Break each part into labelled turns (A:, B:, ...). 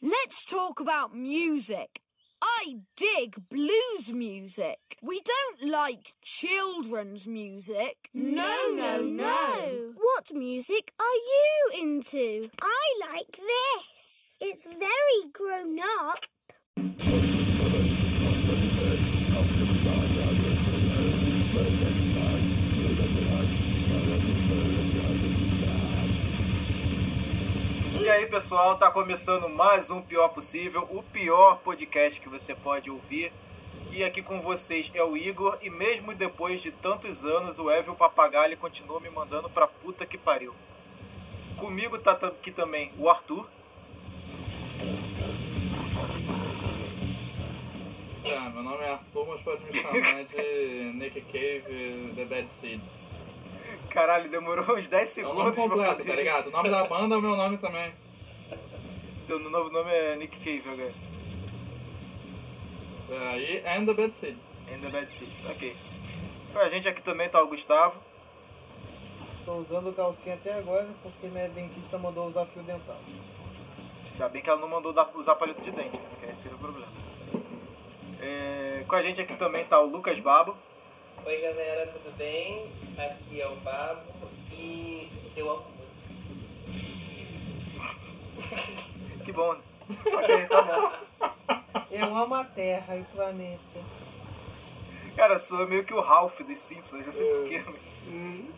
A: Let's talk about music. I dig blues music. We don't like children's music.
B: No, no, no.
C: What music are you into?
B: I like this. It's very grown up.
D: E aí, pessoal, tá começando mais um Pior Possível, o pior podcast que você pode ouvir. E aqui com vocês é o Igor, e mesmo depois de tantos anos, o Evio Papagalho continua me mandando pra puta que pariu. Comigo tá tam- aqui também o Arthur.
E: Tá, meu nome é Arthur, mas pode me chamar de Nick Cave The Dead Seed.
D: Caralho, demorou uns 10
E: É o
D: segundos
E: nome completo, tá
D: fazer.
E: ligado? O nome da banda é o meu nome também.
D: Teu novo nome é Nick Cave agora.
E: É, E And The Dead Seed.
D: In the Bad Seeds. Ok. Com a gente aqui também tá o Gustavo.
F: Tô usando calcinha até agora porque minha dentista mandou usar fio dental.
D: Já bem que ela não mandou dar- usar palito de dente, né? Porque esse seria o problema. É, com a gente aqui também tá o Lucas Babo.
G: Oi galera, tudo bem? Aqui é o Babo e eu amo música.
D: Que bom, né? Ok, tá bom.
F: Eu amo a Terra e o planeta.
D: Cara, sou meio que o Ralph dos Simpsons, eu sei
H: É.
D: porquê.
H: Hum.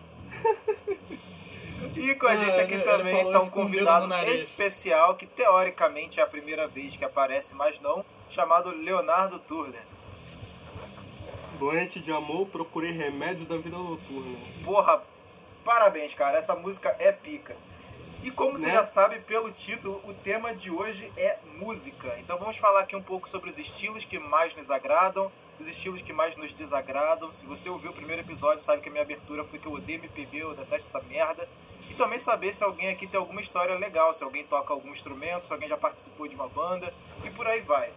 D: mas- E com a
E: Ah,
D: gente aqui
E: ele- ele
D: também
E: falou
D: tá um
E: escondido
D: convidado
E: no nariz.
D: especial que teoricamente é a primeira vez que aparece, mas não, chamado Leonardo Turner.
H: Doente de amor, procurei remédio da vida noturna.
D: Porra, parabéns, cara. Essa música é pica. E como você
H: Né?
D: já sabe pelo título, o tema de hoje é música. Então vamos falar aqui um pouco sobre os estilos que mais nos agradam, os estilos que mais nos desagradam. Se você ouviu o primeiro episódio, sabe que a minha abertura foi que eu odeio MPB, eu detesto essa merda. E também saber se alguém aqui tem alguma história legal, se alguém toca algum instrumento, se alguém já participou de uma banda e por aí vai.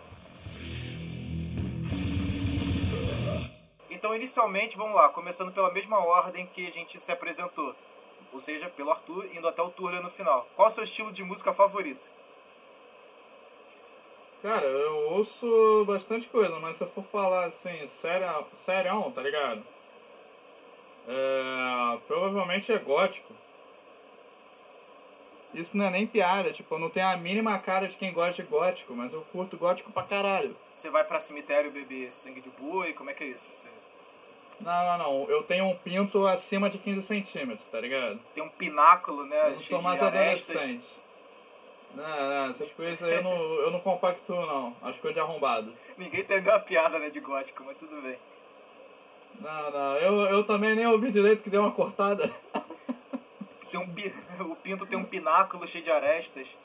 D: Então, inicialmente, vamos lá, começando pela mesma ordem que a gente se apresentou. Ou seja, pelo Arthur, indo até o Turler no final. Qual o seu estilo de música favorito?
E: Cara, eu ouço bastante coisa, mas se eu for falar assim, sério, sério tá ligado? É, provavelmente é gótico. Isso não é nem piada, tipo, eu não tenho a mínima cara de quem gosta de gótico, mas eu curto gótico pra caralho.
D: Você vai pra cemitério beber sangue de boi? Como é que é isso? Você
E: Não, não, não. Eu tenho um pinto acima de 15 centímetros, tá ligado?
D: tem um pináculo, né?
E: Eu não
D: cheio
E: sou
D: de
E: mais
D: arestas.
E: adolescente. Não, não, essas coisas eu não, eu não compactuo, não. As coisas de arrombado.
D: Ninguém entendeu a piada, né, de gótico, mas tudo bem.
E: Não, não. Eu, eu também nem ouvi direito que deu uma cortada.
D: Tem um pi- O pinto tem um pináculo cheio de arestas.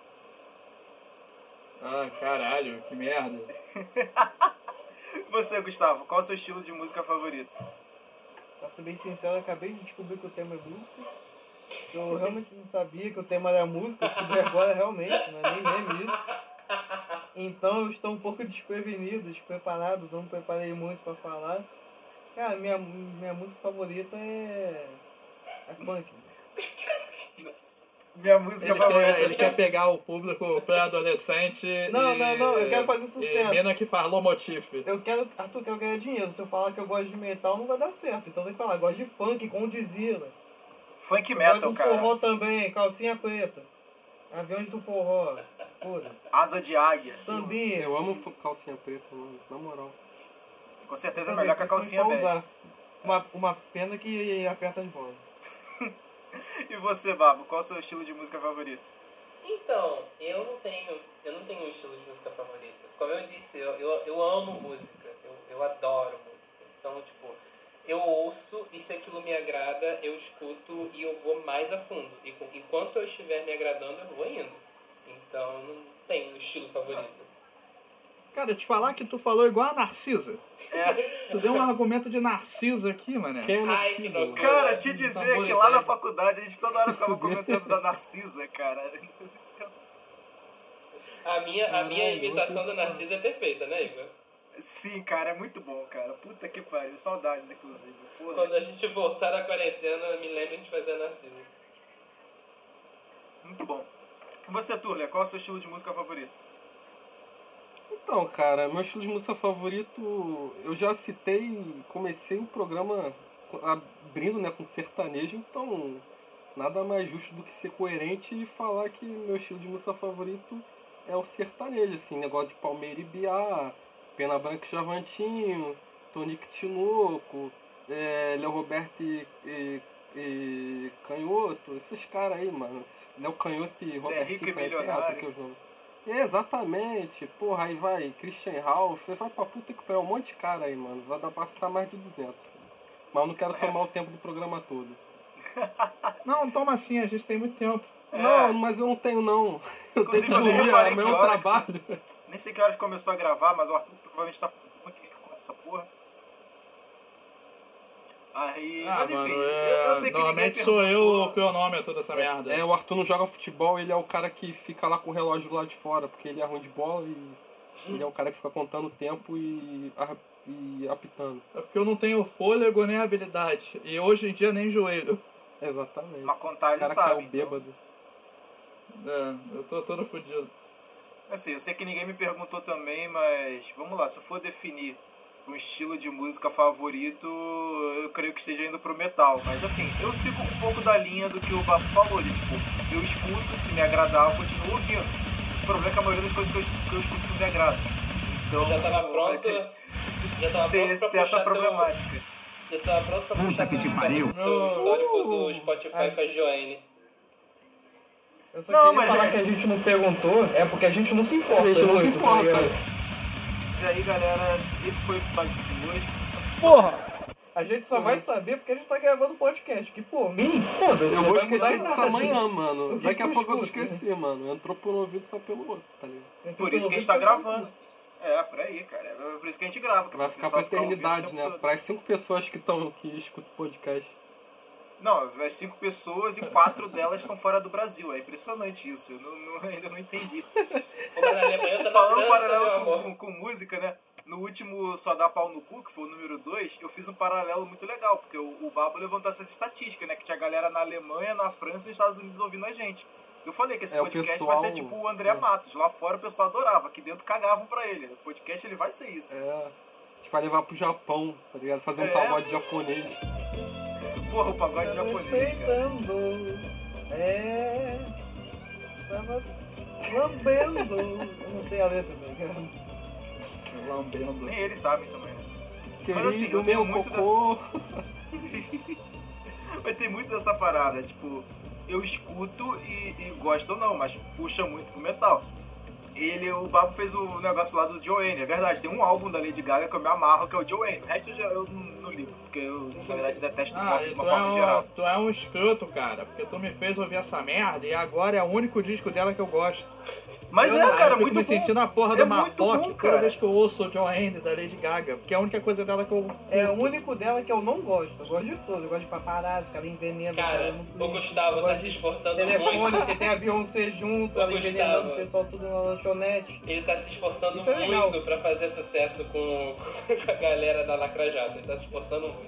E: Ah, caralho, que merda.
D: Você, Gustavo, qual o seu estilo de música favorito?
F: Pra ser bem sincero, eu acabei de descobrir que o tema é música. Eu realmente não sabia que o tema era música, eu descobri agora realmente, não é nem meme isso. Então eu estou um pouco desprevenido, despreparado, não me preparei muito pra falar. Cara, minha, minha música favorita é. é funk.
D: Minha música
E: Ele
D: favorita.
E: quer, ele quer pegar o público pré-adolescente.
F: Não,
E: e-
F: não, não, eu quero fazer
E: e
F: sucesso.
E: Mina que falou motif.
F: Eu quero. Arthur, eu quero ganhar dinheiro. Se eu falar que eu gosto de metal, não vai dar certo. Então tem que falar, gosto de funk, condizila.
D: Funk
F: Vai
E: um
D: metal,
F: do
D: cara.
F: forró também, calcinha preta. Aviões do forró. Foda-se.
D: Asa de águia.
F: Sambinha.
H: Eu amo f- calcinha preta, mano, na moral.
D: Com certeza é
F: Também,
D: melhor que a calcinha
F: pra
D: bege.
F: usar. Uma, uma pena que aperta as bolas.
D: E você, Babo, qual o seu estilo de música favorito?
G: Então, eu não tenho, eu não tenho um estilo de música favorito. Como eu disse, eu, eu, eu amo música, eu, eu adoro música. Então, tipo, eu ouço e se aquilo me agrada, eu escuto e eu vou mais a fundo. E com- enquanto eu estiver me agradando, eu vou indo. Então, eu não tenho um estilo favorito.
E: Cara, te falar que tu falou igual a Narcisa. Tu deu um argumento de Narcisa aqui, mané.
H: Quem é
G: Ai,
H: Narciso?
G: que loucura.
H: mano?
D: Cara, te dizer
E: Sabor
D: que lá na
E: eterno.
D: faculdade a gente toda hora
H: Se
D: ficava
H: fuder.
D: comentando da Narcisa, cara.
G: A minha, a minha
H: Caralho,
G: imitação do
H: outro-
G: Narciso é perfeita, né, Igor?
D: Sim, cara, é muito bom, cara. Puta que pariu, saudades, inclusive. Porra.
G: Quando a gente voltar à quarentena, me lembrem de fazer a Narciso.
D: Muito bom. Você, Turler, qual é o seu estilo de música favorito?
H: Então, cara, meu estilo de música favorito, eu já citei, comecei o programa co- abrindo né, com sertanejo, então nada mais justo do que ser coerente e falar que meu estilo de música favorito é o sertanejo, assim, negócio de Palmeira e Biá, Pena Branca e Chavantinho, Tonico e Tinoco, é, Léo Roberto e, e- e Canhoto, esses caras aí, mano. Léo Canhoto e Roberto
D: é Rico e
H: Canhoto,
D: Milionário.
H: que é os nomes. É, Exatamente, porra, aí vai Christian Ralph, aí vai pra puta que pariu, um monte de cara aí, mano. Vai dar pra citar mais de 200. Mas eu não
D: É.
H: quero tomar o tempo do programa todo.
E: Não, toma assim, a gente tem muito tempo.
H: Não, mas eu não tenho não. Eu tenho
D: É. Inclusive,
H: que
D: eu nem
H: dormir,
D: reparei
H: é
D: que
H: meu
D: hora.
H: trabalho.
D: Nem sei que horas começou a gravar, mas o Arthur provavelmente tá puto que corta essa porra. Aí,
E: Ah,
D: mas enfim,
E: mano,
D: eu,
E: é,
D: eu sei que
E: normalmente
D: ninguém
E: sou eu
D: perguntou.
E: o cronômetro dessa merda.
H: É, o Arthur não joga futebol, ele é o cara que fica lá com o relógio lá de fora, porque ele é ruim de bola e ele é o cara que fica contando o tempo e, ar- e apitando.
E: É porque eu não tenho fôlego nem habilidade. E hoje em dia nem joelho.
H: Exatamente.
D: Mas contar
H: o
D: ele
H: cara
D: sabe.
H: caiu
D: então.
H: bêbado.
E: É, eu tô todo fudido.
D: Assim, eu sei que ninguém me perguntou também, mas vamos lá, se eu for definir um estilo de música favorito, eu creio que esteja indo pro metal. Mas assim, eu sigo um pouco da linha do que o Vasco falou, de, tipo, eu escuto, se me agradar, eu continuo ouvindo. O problema é que a maioria das coisas que eu, que eu escuto não me agrada. Então,
G: Eu já tá tava pronto.
D: Tem,
G: Já tava
D: tem
G: pronto
D: esse-
G: pra
D: tem essa
G: puxar teu,
D: problemática.
G: Eu tava pronto pra puxar que te pariu. seu histórico
F: Uh!
G: do Spotify com a Joane.
F: Eu só
D: Não,
F: queria
D: mas
F: falar
D: é-
F: que a gente não perguntou, é porque a gente não se importa.
H: A gente não se
F: muito, tá
H: importa.
F: ligado?
D: E aí, galera, esse foi o episódio de hoje.
F: Porra! A gente só vai saber porque a gente tá gravando podcast. Que por mim, foda-se.
H: Eu
F: não
H: vou
F: vai mudar
H: esquecer
F: em
H: disso
F: nada.
H: amanhã, mano.
F: O que
H: Daqui a
F: que eu
H: pouco eu
F: escuto, né?
H: esqueci, mano. Entrou por um ouvido e saiu pelo outro, tá ligado?
F: Então,
D: Por isso que a gente tá gravando. É, por aí, cara. É por isso que a gente grava. que
H: Vai
D: o
H: ficar pra
D: pessoal fica ouvindo é o
H: eternidade,
D: tempo
H: né?
D: todo.
H: Para as cinco pessoas que estão que escutam o podcast.
D: Não, as cinco pessoas e quatro delas estão fora do Brasil. É impressionante isso. Eu não- não- ainda não entendi.
G: Como Tá na Alemanha, eu tô na
D: Falando um
G: França, meu
D: paralelo com,
G: amor.
D: com- com música, né? No último Só Dá Pau no Cu, que foi o número 2, eu fiz um paralelo muito legal, porque o, o Babo levantou essa estatística, né? Que tinha galera na Alemanha, na França e nos Estados Unidos ouvindo a gente. Eu falei que esse
H: É, o
D: podcast vai
H: pessoal-
D: ser tipo o André
H: é.
D: Matos. Lá fora o pessoal adorava, aqui dentro cagavam pra ele. O podcast ele vai ser isso.
H: É. A gente vai levar pro Japão, tá ligado? Fazer um
D: É.
H: pagode japonês.
D: Porra, o pagode
F: Tava
D: japonês, cara.
F: respeitando. É. Tava lambendo. Eu não sei a letra, tá ligado?
E: Lambendo.
D: Nem eles sabem também, né?
H: Querido
D: assim, eu tenho
H: meu
D: muito
H: cocô.
D: Mas tem muito dessa parada, tipo, eu escuto e, e gosto ou não, mas puxa muito pro metal. Ele, o Babo fez o negócio lá do Joanne, é verdade, tem um álbum da Lady Gaga que eu me amarro, que é o Joanne. O resto eu, já, eu não não ligo, porque eu, na verdade, detesto o
E: Ah,
D: pop de
E: e
D: uma
E: tu, é
D: forma geral.
E: um, tu é um escroto, cara, porque tu me fez ouvir essa merda e agora é o único disco dela que eu gosto.
D: Mas
E: eu,
D: é, cara,
E: eu fico
D: muito
E: me
D: bom.
E: sentindo a porra do
D: É muito bom,
E: Martok
D: cara.
E: toda vez que eu ouço o John Henry da Lady Gaga, porque é a única coisa dela que eu...
F: É o único dela que eu não gosto. Eu gosto de tudo. Eu gosto de paparazzo, que ela envenena.
G: Cara,
F: eu não-
G: o Gustavo
F: eu
G: tá
F: gosto
G: se
F: de
G: esforçando
F: é
G: muito.
F: Telefone, que tem a Beyoncé junto,
G: Ô,
F: ela envenenando
G: Gustavo.
F: o pessoal tudo na lanchonete.
G: Ele tá se esforçando
F: Isso é legal.
G: muito pra fazer sucesso com, com a galera da Lacrajada. Ele tá se esforçando muito.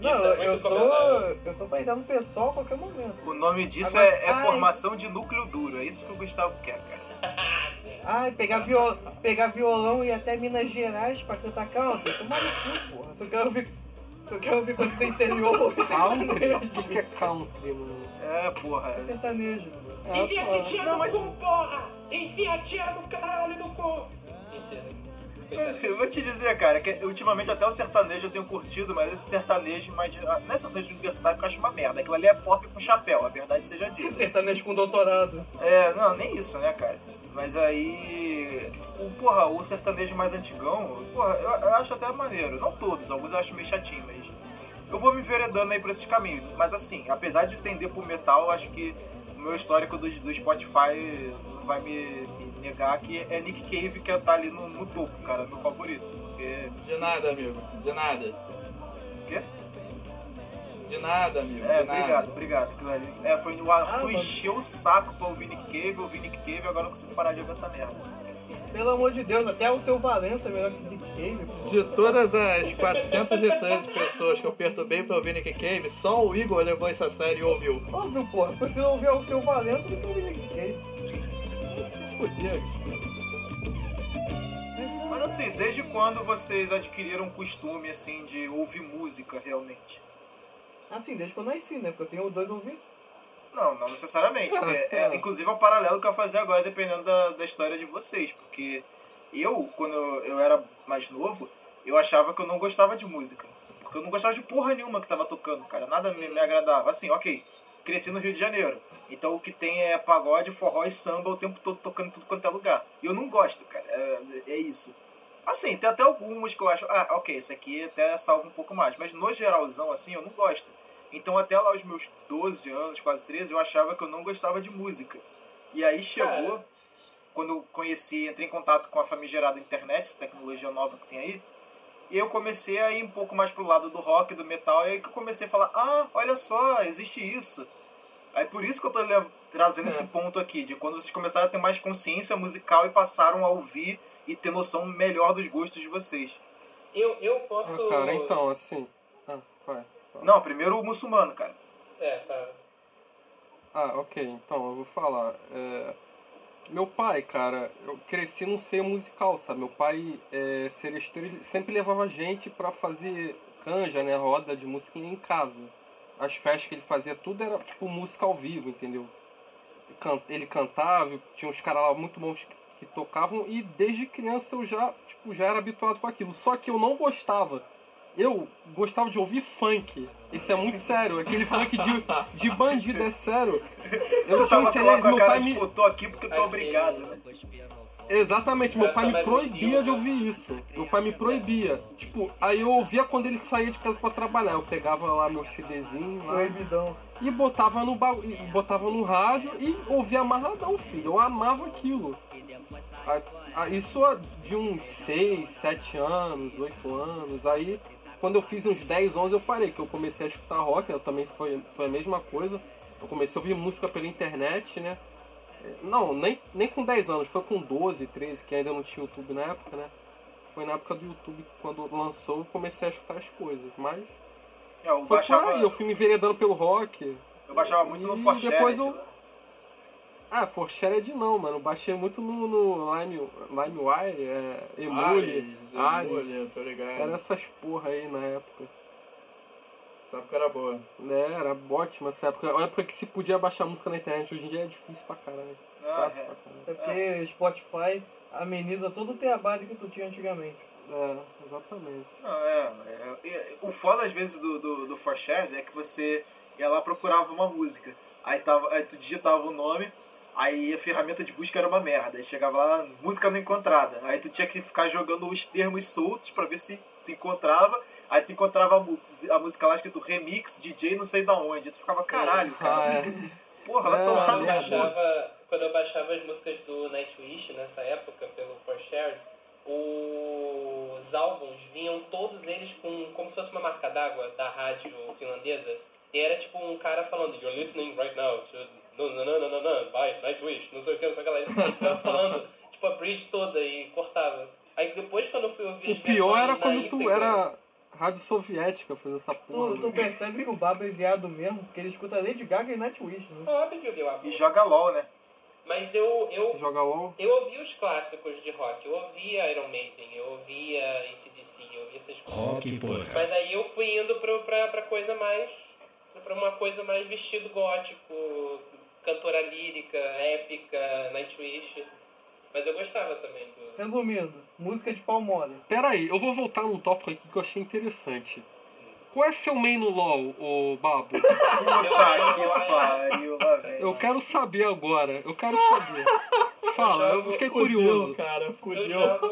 G: Isso
F: Não,
G: é muito
F: eu,
G: comentável.
F: tô, eu tô bailando o pessoal a qualquer momento.
D: O nome disso
F: Agora-
D: é, é
F: Ai.
D: formação de núcleo duro, é isso que o Gustavo quer, cara.
F: Ai, pegar, viol... pegar violão e ir até Minas Gerais pra cantar country? Toma no cu, porra. Só quero ouvir, só quero ouvir coisa do interior.
H: Country? O que que é country, mano?
D: É, porra.
F: É sertanejo. mano.
G: Enfia a tia
D: Não,
G: no
D: mas-
G: cu, porra! Enfia a tia no caralho do cu! Mentira. Coitado.
D: Eu vou te dizer, cara, que ultimamente até o sertanejo eu tenho curtido, mas esse sertanejo, mas não é sertanejo universitário que eu acho uma merda. Aquilo ali é pop com chapéu, a verdade seja dita.
F: Sertanejo com doutorado.
D: É, não, nem isso, né, cara? Mas aí. O, porra, o sertanejo mais antigão, porra, eu, eu acho até maneiro. Não todos, alguns eu acho meio chatinho, mas. Eu vou me enveredando aí por esses caminhos. Mas assim, apesar de tender pro metal, eu acho que o meu histórico do, do Spotify não vai me, me negar que é Nick Cave que tá ali no, no topo, cara, meu favorito. Porque.
E: De nada, amigo, de nada.
D: O quê?
E: De nada, amigo,
D: É,
E: de nada.
D: obrigado, obrigado. Aquilo ali. É, foi o Arthur
F: mano.
D: encheu o saco pra ouvir Nick Cave, ouvir Nick Cave, agora eu não consigo parar de ouvir essa merda.
F: Pelo amor de Deus, até o seu Valença é melhor que o Nick Cave, pô.
E: De todas as 413 pessoas que eu perturbei pra ouvir Nick Cave, só o Igor levou isso a sério e ouviu.
F: Óbvio, porra. Prefiro ouvir o seu Valença do que ouvir Nick Cave.
E: Fudeu.
D: assim, desde quando vocês adquiriram o costume, assim, de ouvir música realmente?
F: Assim, desde que eu nasci, né? Porque eu tenho dois ouvidos.
D: Não, não necessariamente. É, é,
H: é.
D: inclusive é o paralelo que eu vou fazer agora, dependendo da, da história de vocês. Porque eu, quando eu, eu era mais novo, eu achava que eu não gostava de música. Porque eu não gostava de porra nenhuma que tava tocando, cara. Nada me, me agradava. Assim, ok, cresci no Rio de Janeiro. Então o que tem é pagode, forró e samba o tempo todo tocando em tudo quanto é lugar. E eu não gosto, cara. É, é isso. Assim, tem até algumas que eu acho, ah, ok, esse aqui até salva um pouco mais. Mas no geralzão, assim, eu não gosto. Então até lá os meus 12 anos, quase 13, eu achava que eu não gostava de música. E aí chegou, quando eu conheci, entrei em contato com a famigerada internet, essa tecnologia nova que tem aí, e eu comecei a ir um pouco mais pro lado do rock, do metal, e aí que eu comecei a falar, ah, olha só, existe isso. Aí É por isso que eu tô le- trazendo
H: É.
D: esse ponto aqui, de quando vocês começaram a ter mais consciência musical e passaram a ouvir e ter noção melhor dos gostos de vocês.
G: Eu, eu posso.
H: Ah, cara, então, assim. Ah, vai.
D: Não, primeiro o muçulmano, cara.
G: É, fala.
H: Ah, ok. Então, eu vou falar. É, Meu pai, cara, eu cresci num seio musical, sabe? Meu pai é, seresteiro, ele sempre levava gente pra fazer canja, né? Roda de música em casa. As festas que ele fazia, tudo era tipo música ao vivo, entendeu? Can- Ele cantava, tinha uns caras lá muito bons que- que tocavam e desde criança eu já, tipo, já era habituado com aquilo. Só que eu não gostava. Eu gostava de ouvir funk. Isso é muito sério. Aquele funk de, de bandido, é sério.
D: Eu
H: Eu tinha
D: tava
H: um
D: com a
H: CDs, meu
D: cara
H: pai
D: de,
H: me.
D: tipo, tô aqui porque eu tô
G: Aquele-
D: obrigado. né?
H: Exatamente, meu pai me
G: Graças a Deus,
H: proibia
G: sim.
H: de ouvir isso. Meu pai me proibia. Tipo, aí eu ouvia quando ele saía de casa pra trabalhar. Eu pegava lá meu CDzinho lá,
F: Proibidão.
H: e botava no ba... e botava no rádio e ouvia amarradão, filho. Eu amava aquilo. A- a- Isso há de uns 6, 7 anos, 8 anos. Aí, quando eu fiz uns 10, 11, eu parei, que eu comecei a escutar rock, eu também foi, foi a mesma coisa. Eu comecei a ouvir música pela internet, né? É, Não, nem, nem com 10 anos, foi com 12, 13, que ainda não tinha YouTube na época, né? Foi na época do YouTube, que quando lançou, eu comecei a escutar as coisas. Mas
D: É, eu
H: foi por
D: baixava,
H: aí, eu fui me enveredando pelo rock.
D: eu baixava muito no né?
H: E
D: Forchat.
H: depois eu- Ah, for shared não, mano. Baixei muito no, no Lime, LimeWire, é, Emule,
E: Ah,
H: Ares.
E: eu tô ligado.
H: Era essas porra aí na época.
E: Sabe que era boa.
H: Né, era ótima essa época. A época que se podia baixar música na internet, hoje em dia é difícil pra caralho.
D: Ah,
H: Chato pra
D: é.
H: caralho.
F: É porque Spotify ameniza todo o trabalho que tu tinha antigamente.
H: É, exatamente.
D: Não, é, é, é, o foda às vezes do, do, do Forchat é que você ia lá procurava uma música. Aí, tava, aí tu digitava o nome, aí a ferramenta de busca era uma merda. Aí chegava lá, música não encontrada. Aí tu tinha que ficar jogando os termos soltos pra ver se tu encontrava. Aí tu encontrava a, mu- a música lá escrito remix, DJ não sei da onde. Aí tu ficava, caralho,
H: Ah,
D: cara.
H: é.
D: Porra, vai
H: É,
D: tomar
G: Quando eu,
H: merda.
D: no cu.
G: baixava, quando eu baixava as músicas do Nightwish nessa época, pelo Forshared, os álbuns vinham todos eles com como se fosse uma marca d'água da rádio finlandesa. E era tipo um cara falando, You're listening right now to no, no, no, no, no, no, by Nightwish, não sei o que, não sei o que lá. Ele ficava falando, tipo, a bridge toda e cortava. Aí depois quando eu fui ouvir
H: O
G: as
H: pior
G: versões
H: era
G: na
H: quando tu
G: íntegra-
H: era rádio soviética fazendo essa porra.
F: Tu, tu
H: mano.
F: percebe que o Baba é viado mesmo, porque ele escuta Lady Gaga e Nightwish, né?
G: Óbvio, meu amor.
D: E joga LOL, né?
G: Mas eu, eu
H: Joga LOL.
G: Eu ouvi os clássicos de rock, eu ouvia Iron Maiden, eu ouvia ACDC, eu ouvia essas coisas.
I: Rock, porra.
G: Mas aí eu fui indo pro, pra, pra coisa mais. pra uma coisa mais vestido gótico, cantora lírica, épica, Nightwish. Mas eu gostava também do.
F: Resumindo, música de pau mole.
H: Pera aí, eu vou voltar num tópico aqui que eu achei interessante. Qual é seu main no LOL, ô Babo?
D: Puta que pariu, lá vem.
H: Eu quero saber agora. Eu quero saber. Fala, eu fiquei curioso.
E: cara.
G: Eu
E: Fudeu.
G: jogo,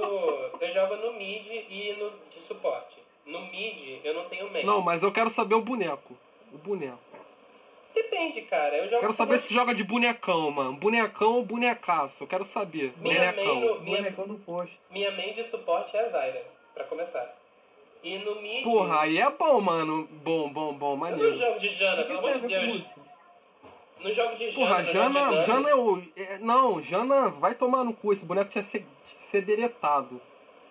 G: eu jogo no mid e no de suporte. No mid eu não tenho main.
H: Não, mas eu quero saber o boneco. O boneco.
G: Depende, cara. Eu
H: Eu
G: jogo
H: quero
G: com
H: saber se joga de bonecão, mano. Bonecão ou bonecaço? Eu quero saber.
G: minha main,
H: Bonecão.
G: no, minha,
F: Bonecão do posto.
G: minha main de suporte é a Zyra, pra começar. E no mid.
H: Porra, aí é bom, mano. Bom, bom, bom,
G: Eu não
H: maneiro.
G: jogo de Jana,
F: O que
G: pelo
F: isso
G: amor
F: tem a
G: de
F: ver com
G: Deus.
F: música?
G: No jogo de é Jana,
H: Porra,
G: no jogo de
H: Jana,
G: Dani,
H: Jana é o. é, Não, Jana vai tomar no cu. Esse boneco tinha que ser, ser deletado.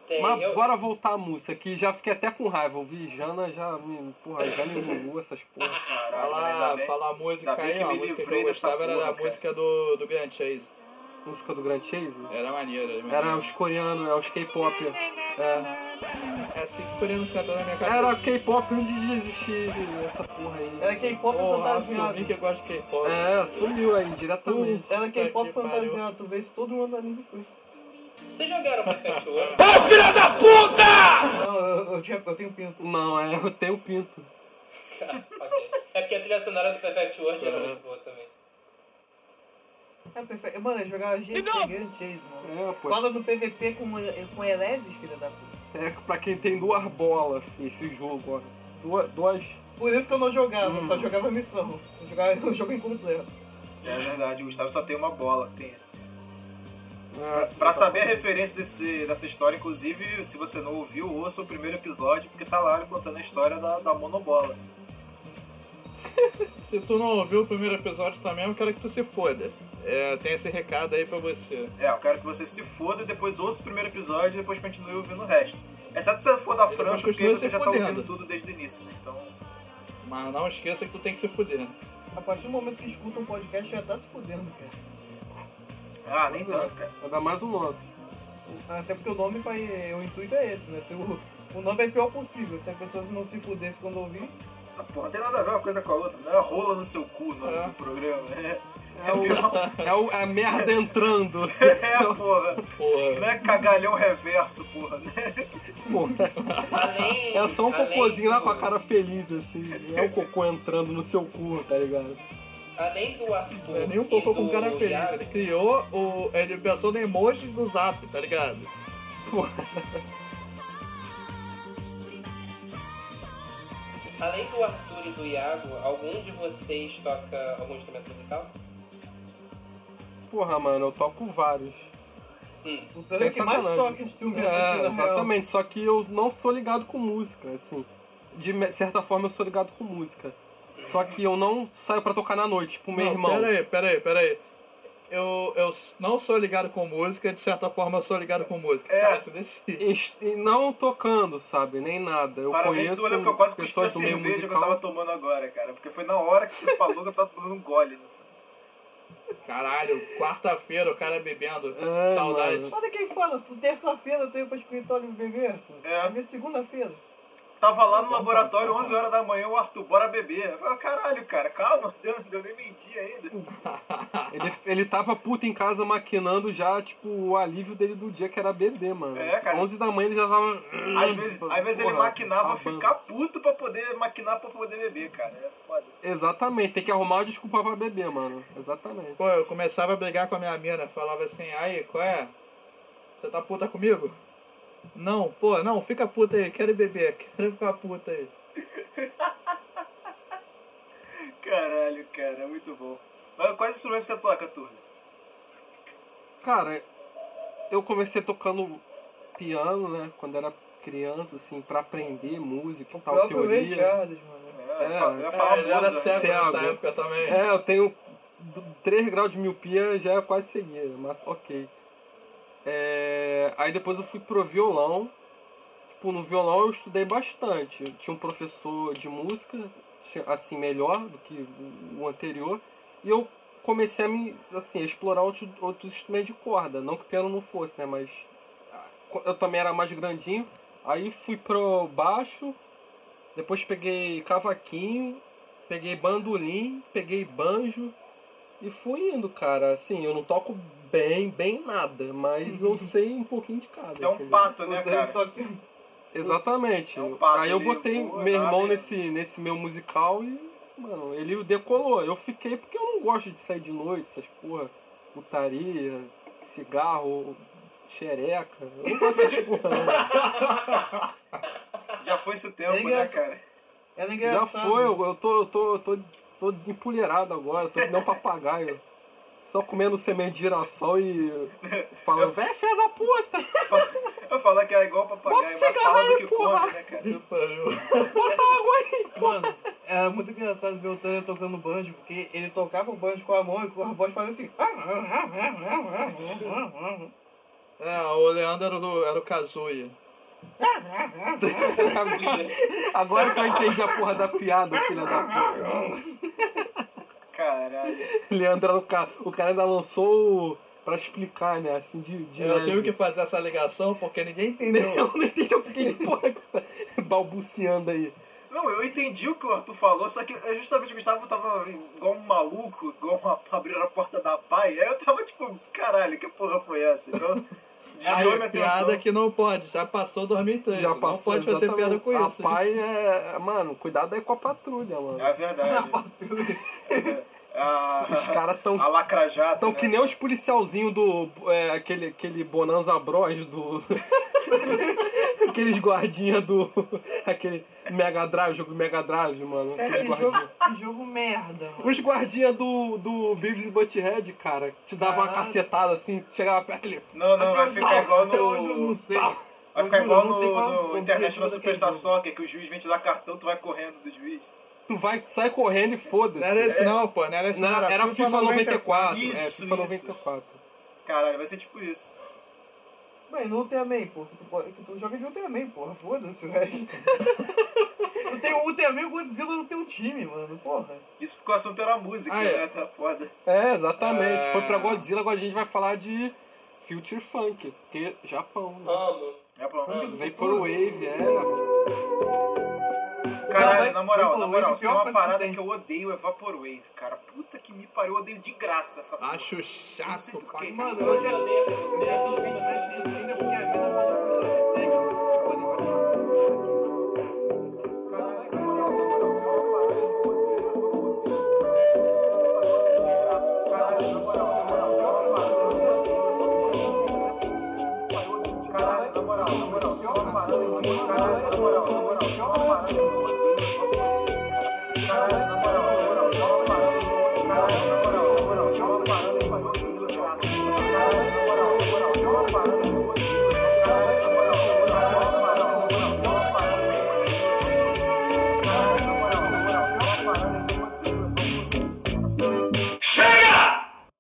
G: tem,
H: Mas
G: É, eu,
H: bora voltar à música, que já fiquei até com raiva. Eu vi Jana já me. Porra, já me enrolou essas porra.
D: Caralho, mas ainda
H: ah,
E: Fala,
D: bem.
E: fala a música
D: ainda bem
E: aí,
D: que
E: ó. A
D: me
E: música que
D: livrei
E: eu
D: dessa
E: gostava era
D: porra,
E: da
D: cara.
E: música do, do Grand Chase.
H: música do Grand Chase?
E: é Era maneiro, era maneiro.
H: Era os coreanos, é os K-pop. É.
E: É assim que o coreano canta na minha
H: Era
E: cabeça.
H: K-pop antes de existir essa porra aí.
F: Era é K-pop
E: Porra,
F: fantasiado.
E: assumi que eu gosto de K-pop.
H: É, sumiu aí, diretamente.
F: Era é K-pop
E: que pariu.
F: fantasiado. Tu vê isso todo mundo ali depois.
G: Vocês jogaram pra cachorro?
F: Não, eu, eu, tinha- eu tenho pinto.
H: Não, é eu tenho pinto.
G: ok. É porque a trilha sonora do Perfect World era
H: É.
G: muito boa também.
F: É perfeito. Mano, eu jogava G grande Chase, mano.
H: É, pô.
F: Fala do PVP com, com Elesis, filha da puta.
H: É pra quem tem duas bolas esse jogo, ó. Duas. duas...
F: Por isso que eu não jogava,
H: Hum.
F: só jogava missão. Eu jogava o jogo incompleto.
D: É verdade, o Gustavo só tem uma bola. Tem.
H: é,
D: Pra saber a referência desse, dessa história, inclusive, se você não ouviu, ouça o primeiro episódio, porque tá lá ele contando a história da, da monobola.
E: Se tu não ouviu o primeiro episódio também, eu quero que tu se foda. É, tem esse recado aí pra você.
D: É, eu quero que você se foda, depois ouça o primeiro episódio e depois continue ouvindo o resto. Exceto se você for da
E: Ele
D: França,
E: vai
D: porque aí
E: continuar
D: você
E: se
D: já tá
E: fodendo.
D: ouvindo tudo desde o início, né? Então,
E: Mas não esqueça que tu tem que se foder.
F: A partir do momento que escuta um podcast, já tá se fudendo, cara.
D: ah, nem
H: Pois é.
D: tanto, cara.
H: ainda mais o nosso.
F: Até porque o nome faz. O intuito é esse, né? Se o, o nome é o pior possível. Se as pessoas não se fudessem quando ouvir,
D: Ah, Porra, não tem nada a ver uma coisa com a outra, não é rola no seu cu no
E: É.
D: do programa. É,
H: É, o, é o- é a merda entrando.
D: é, é porra.
E: Porra.
D: Não é cagalhão reverso, porra. né?
H: Pô,
G: Além,
H: é só um
G: além
H: cocôzinho lá
G: do-
H: com a cara feliz, assim. É o cocô entrando no seu cu, tá ligado?
G: Além do Arthur.
E: Não é nem um
G: e
E: pouco com
G: do
E: cara feliz.
G: Iago,
E: Ele criou o. Ele pensou no emoji do zap, tá ligado?
G: Além do Arthur e do Iago, algum de vocês toca algum instrumento musical?
H: Porra, mano, eu toco vários.
F: o cara é
H: Sem
F: que mais
H: sacanagem.
F: toca instrumento aqui
H: É,
F: na
H: exatamente. Só que eu não sou ligado com música, assim. De me- certa forma, eu sou ligado com música. Só que eu não saio pra tocar na noite, tipo meu
E: não,
H: irmão.
E: Pera aí, pera aí, pera aí. Eu, eu s- não sou ligado com música, de certa forma eu sou ligado com música.
D: É.
E: Cara, você decide.
H: Es- e não tocando, sabe? Nem nada. Eu
D: Parabéns, tu
H: conheço
D: olha porque eu quase cuspi a
H: pessoas do
D: cerveja
H: meio
D: que eu tava
H: musical.
D: tomando agora, cara. Porque foi na hora que você falou que eu tava tomando um gole. né?
E: Caralho, quarta-feira o cara bebendo.
H: É,
E: Saudade.
H: mano.
F: Olha quem fala, tu terça-feira tu ia pra escritório beber, Arthur.
D: É.
F: A minha segunda-feira.
D: Tava
H: Tá
D: lá no laboratório, 11 horas da manhã, o Arthur, bora beber. Eu falei, caralho, cara, calma, deu, deu nem meio-dia ainda.
H: Hum, Ele, ele tava puto em casa maquinando já, tipo, o alívio dele do dia que era beber, mano.
D: É, cara.
H: 11 da manhã ele já tava. hum,
D: Às vezes, às vezes ele
H: Porra, tá
D: maquinava
H: babando.
D: ficar puto pra poder maquinar pra poder beber, cara. É foda.
H: Exatamente, tem que arrumar uma desculpa pra beber, mano. Exatamente.
E: Pô, eu começava a brigar com a minha mina, falava assim, aí, qual é? Você tá puta comigo? Não, pô, não, fica puta aí, quero ir beber, quero ficar puta aí.
D: Caralho, cara, é muito bom. Mas quais instrumentos você toca, Arthur?
H: Cara, eu comecei tocando piano, né? Quando era criança, assim, pra aprender música e
F: O
H: tal,
F: próprio Ray
H: teoria.
F: Charles, mano.
D: É, né?
H: É,
D: eu ia
H: é,
D: falar
E: ele era
D: Mozart.
E: cego nessa
H: Cego.
E: época também.
H: É, eu tenho 3 graus de miopia, já é quase cegueira, mas ok. É, aí depois eu fui pro violão. Tipo, no violão eu estudei bastante. Eu tinha um professor de música, tinha- assim, melhor do que o anterior. E eu comecei a me, assim, a explorar outros, outros instrumentos de corda. Não que o piano não fosse, né, mas ah, eu também era mais grandinho. Aí fui pro baixo, depois peguei cavaquinho, peguei bandolim, peguei banjo e fui indo, cara. Assim, eu não toco bem, bem nada, mas eu sei um pouquinho de cada.
D: Uhum. É um
H: entendeu?
D: pato, né,
F: O
D: cara?
F: Dani toca-
H: Exatamente.
D: É um pato,
H: Aí eu
D: ele
H: botei
D: voa,
H: meu
D: nada,
H: irmão
D: ele-
H: nesse, nesse meu musical e, mano, ele decolou. Eu fiquei porque eu não gosto de sair de noite, essas porra, putaria, cigarro, xereca. Eu não gosto dessas porra, não.
D: Já foi esse tempo,
F: Ele
D: né,
F: é-
D: cara?
F: Era
H: Já
F: engraçado.
H: foi, eu, eu tô, eu tô, eu tô, tô empulheirado agora, tô que nem um papagaio. Só comendo semente de girassol e falando, véi, filha da puta,
D: Eu falar que é igual papagaio,
H: Bota
D: mas
H: cigarro
D: fala do
H: aí,
D: que
H: porra.
D: come, né, cara?
F: Que pariu.
H: bota água aí.
F: Mano, era muito engraçado ver o Tânia tocando banjo, porque ele tocava o banjo com a mão e com a voz fazia assim.
E: É, o Leandro era, do, era o Kazuya.
H: Agora que eu entendi a porra da piada, filha da puta.
D: Caralho.
H: Leandro era o cara. O cara ainda lançou o pra explicar, né? Assim, de, de
E: Eu
H: leve.
E: tive que fazer essa ligação porque ninguém entendeu.
H: Eu não entendi, eu fiquei, porra, que você tá balbuciando aí.
D: Não, eu entendi o que o Arthur falou, só que eu, justamente o Gustavo tava igual um maluco, igual uma, abrindo a porta da pai. Aí eu tava tipo, caralho, que porra foi essa? Então, desviou
E: Aí,
D: minha
E: piada
D: atenção.
E: que não pode, já passou 2003.
H: Já passou.
E: não pode fazer
H: exatamente.
E: piada com isso.
H: A pai é. Mano, cuidado aí com a patrulha, mano.
D: É verdade. É, a,
H: Os caras tão.
D: a lacrajata.
H: Tão
D: né?
H: que nem os policialzinhos do. é, aquele, aquele Bonanza Bros do. Aqueles guardinha do. Aquele Mega Drive, jogo do Mega Drive, mano.
E: É,
F: Cara,
H: Aqueles
F: que jogo,
H: guardinha.
F: que jogo merda, mano.
H: Os guardinha do, do Beavis e Butthead, cara, te dava uma
F: Caralho.
H: cacetada assim, chegava perto ele.
D: Não, não, vai ficar igual
F: Até hoje eu não
D: no.
F: sei.
D: Vai ficar
F: Eu
D: igual
F: não sei qual é
D: no,
F: o
D: no International
F: objetivo daquele
D: Superstar
F: jogo.
D: Soccer, que o juiz vem te dar cartão, tu vai correndo do juiz.
H: Tu vai, tu sai correndo e foda-se.
E: Não era
D: é-
E: esse não, pô. Não era esse
H: Não,
E: não.
H: era, era FIFA 94. é,
D: Isso,
H: FIFA
D: isso.
H: 94.
D: Caralho, vai ser tipo isso.
F: Mas não tem amém, pô. Que tu, pode- que tu joga de Ultraman, porra. Foda-se o resto. eu tenho Ultraman e o Godzilla no teu time, mano. Porra.
D: Isso porque o assunto era música,
E: Ah, é.
D: né? Tá foda.
H: É, exatamente.
E: É.
H: Foi pra Godzilla, agora a gente vai falar de Future Funk, porque Japão. Né?
G: Amo.
D: É bom.
H: Vaporwave, é.
D: Caralho, na
F: Não, mas
D: moral, na
F: Vaporwave é
D: moral,
F: a
D: se tem
F: pior
D: uma
F: coisa que
D: parada
F: tem.
D: que, eu odeio é Vaporwave, cara. Puta que me pariu, eu odeio de graça essa porra.
E: Acho
D: Não sei
E: chato,
D: por
E: pra
D: quê,
F: Mano,
G: Eu
F: eu já
G: odeio a
F: eu já tô
G: Beyoncé, eu
F: feito de
G: odeio
F: China porque a mina falou que eu sou de técnica. Eu falei, vai tomar no cu.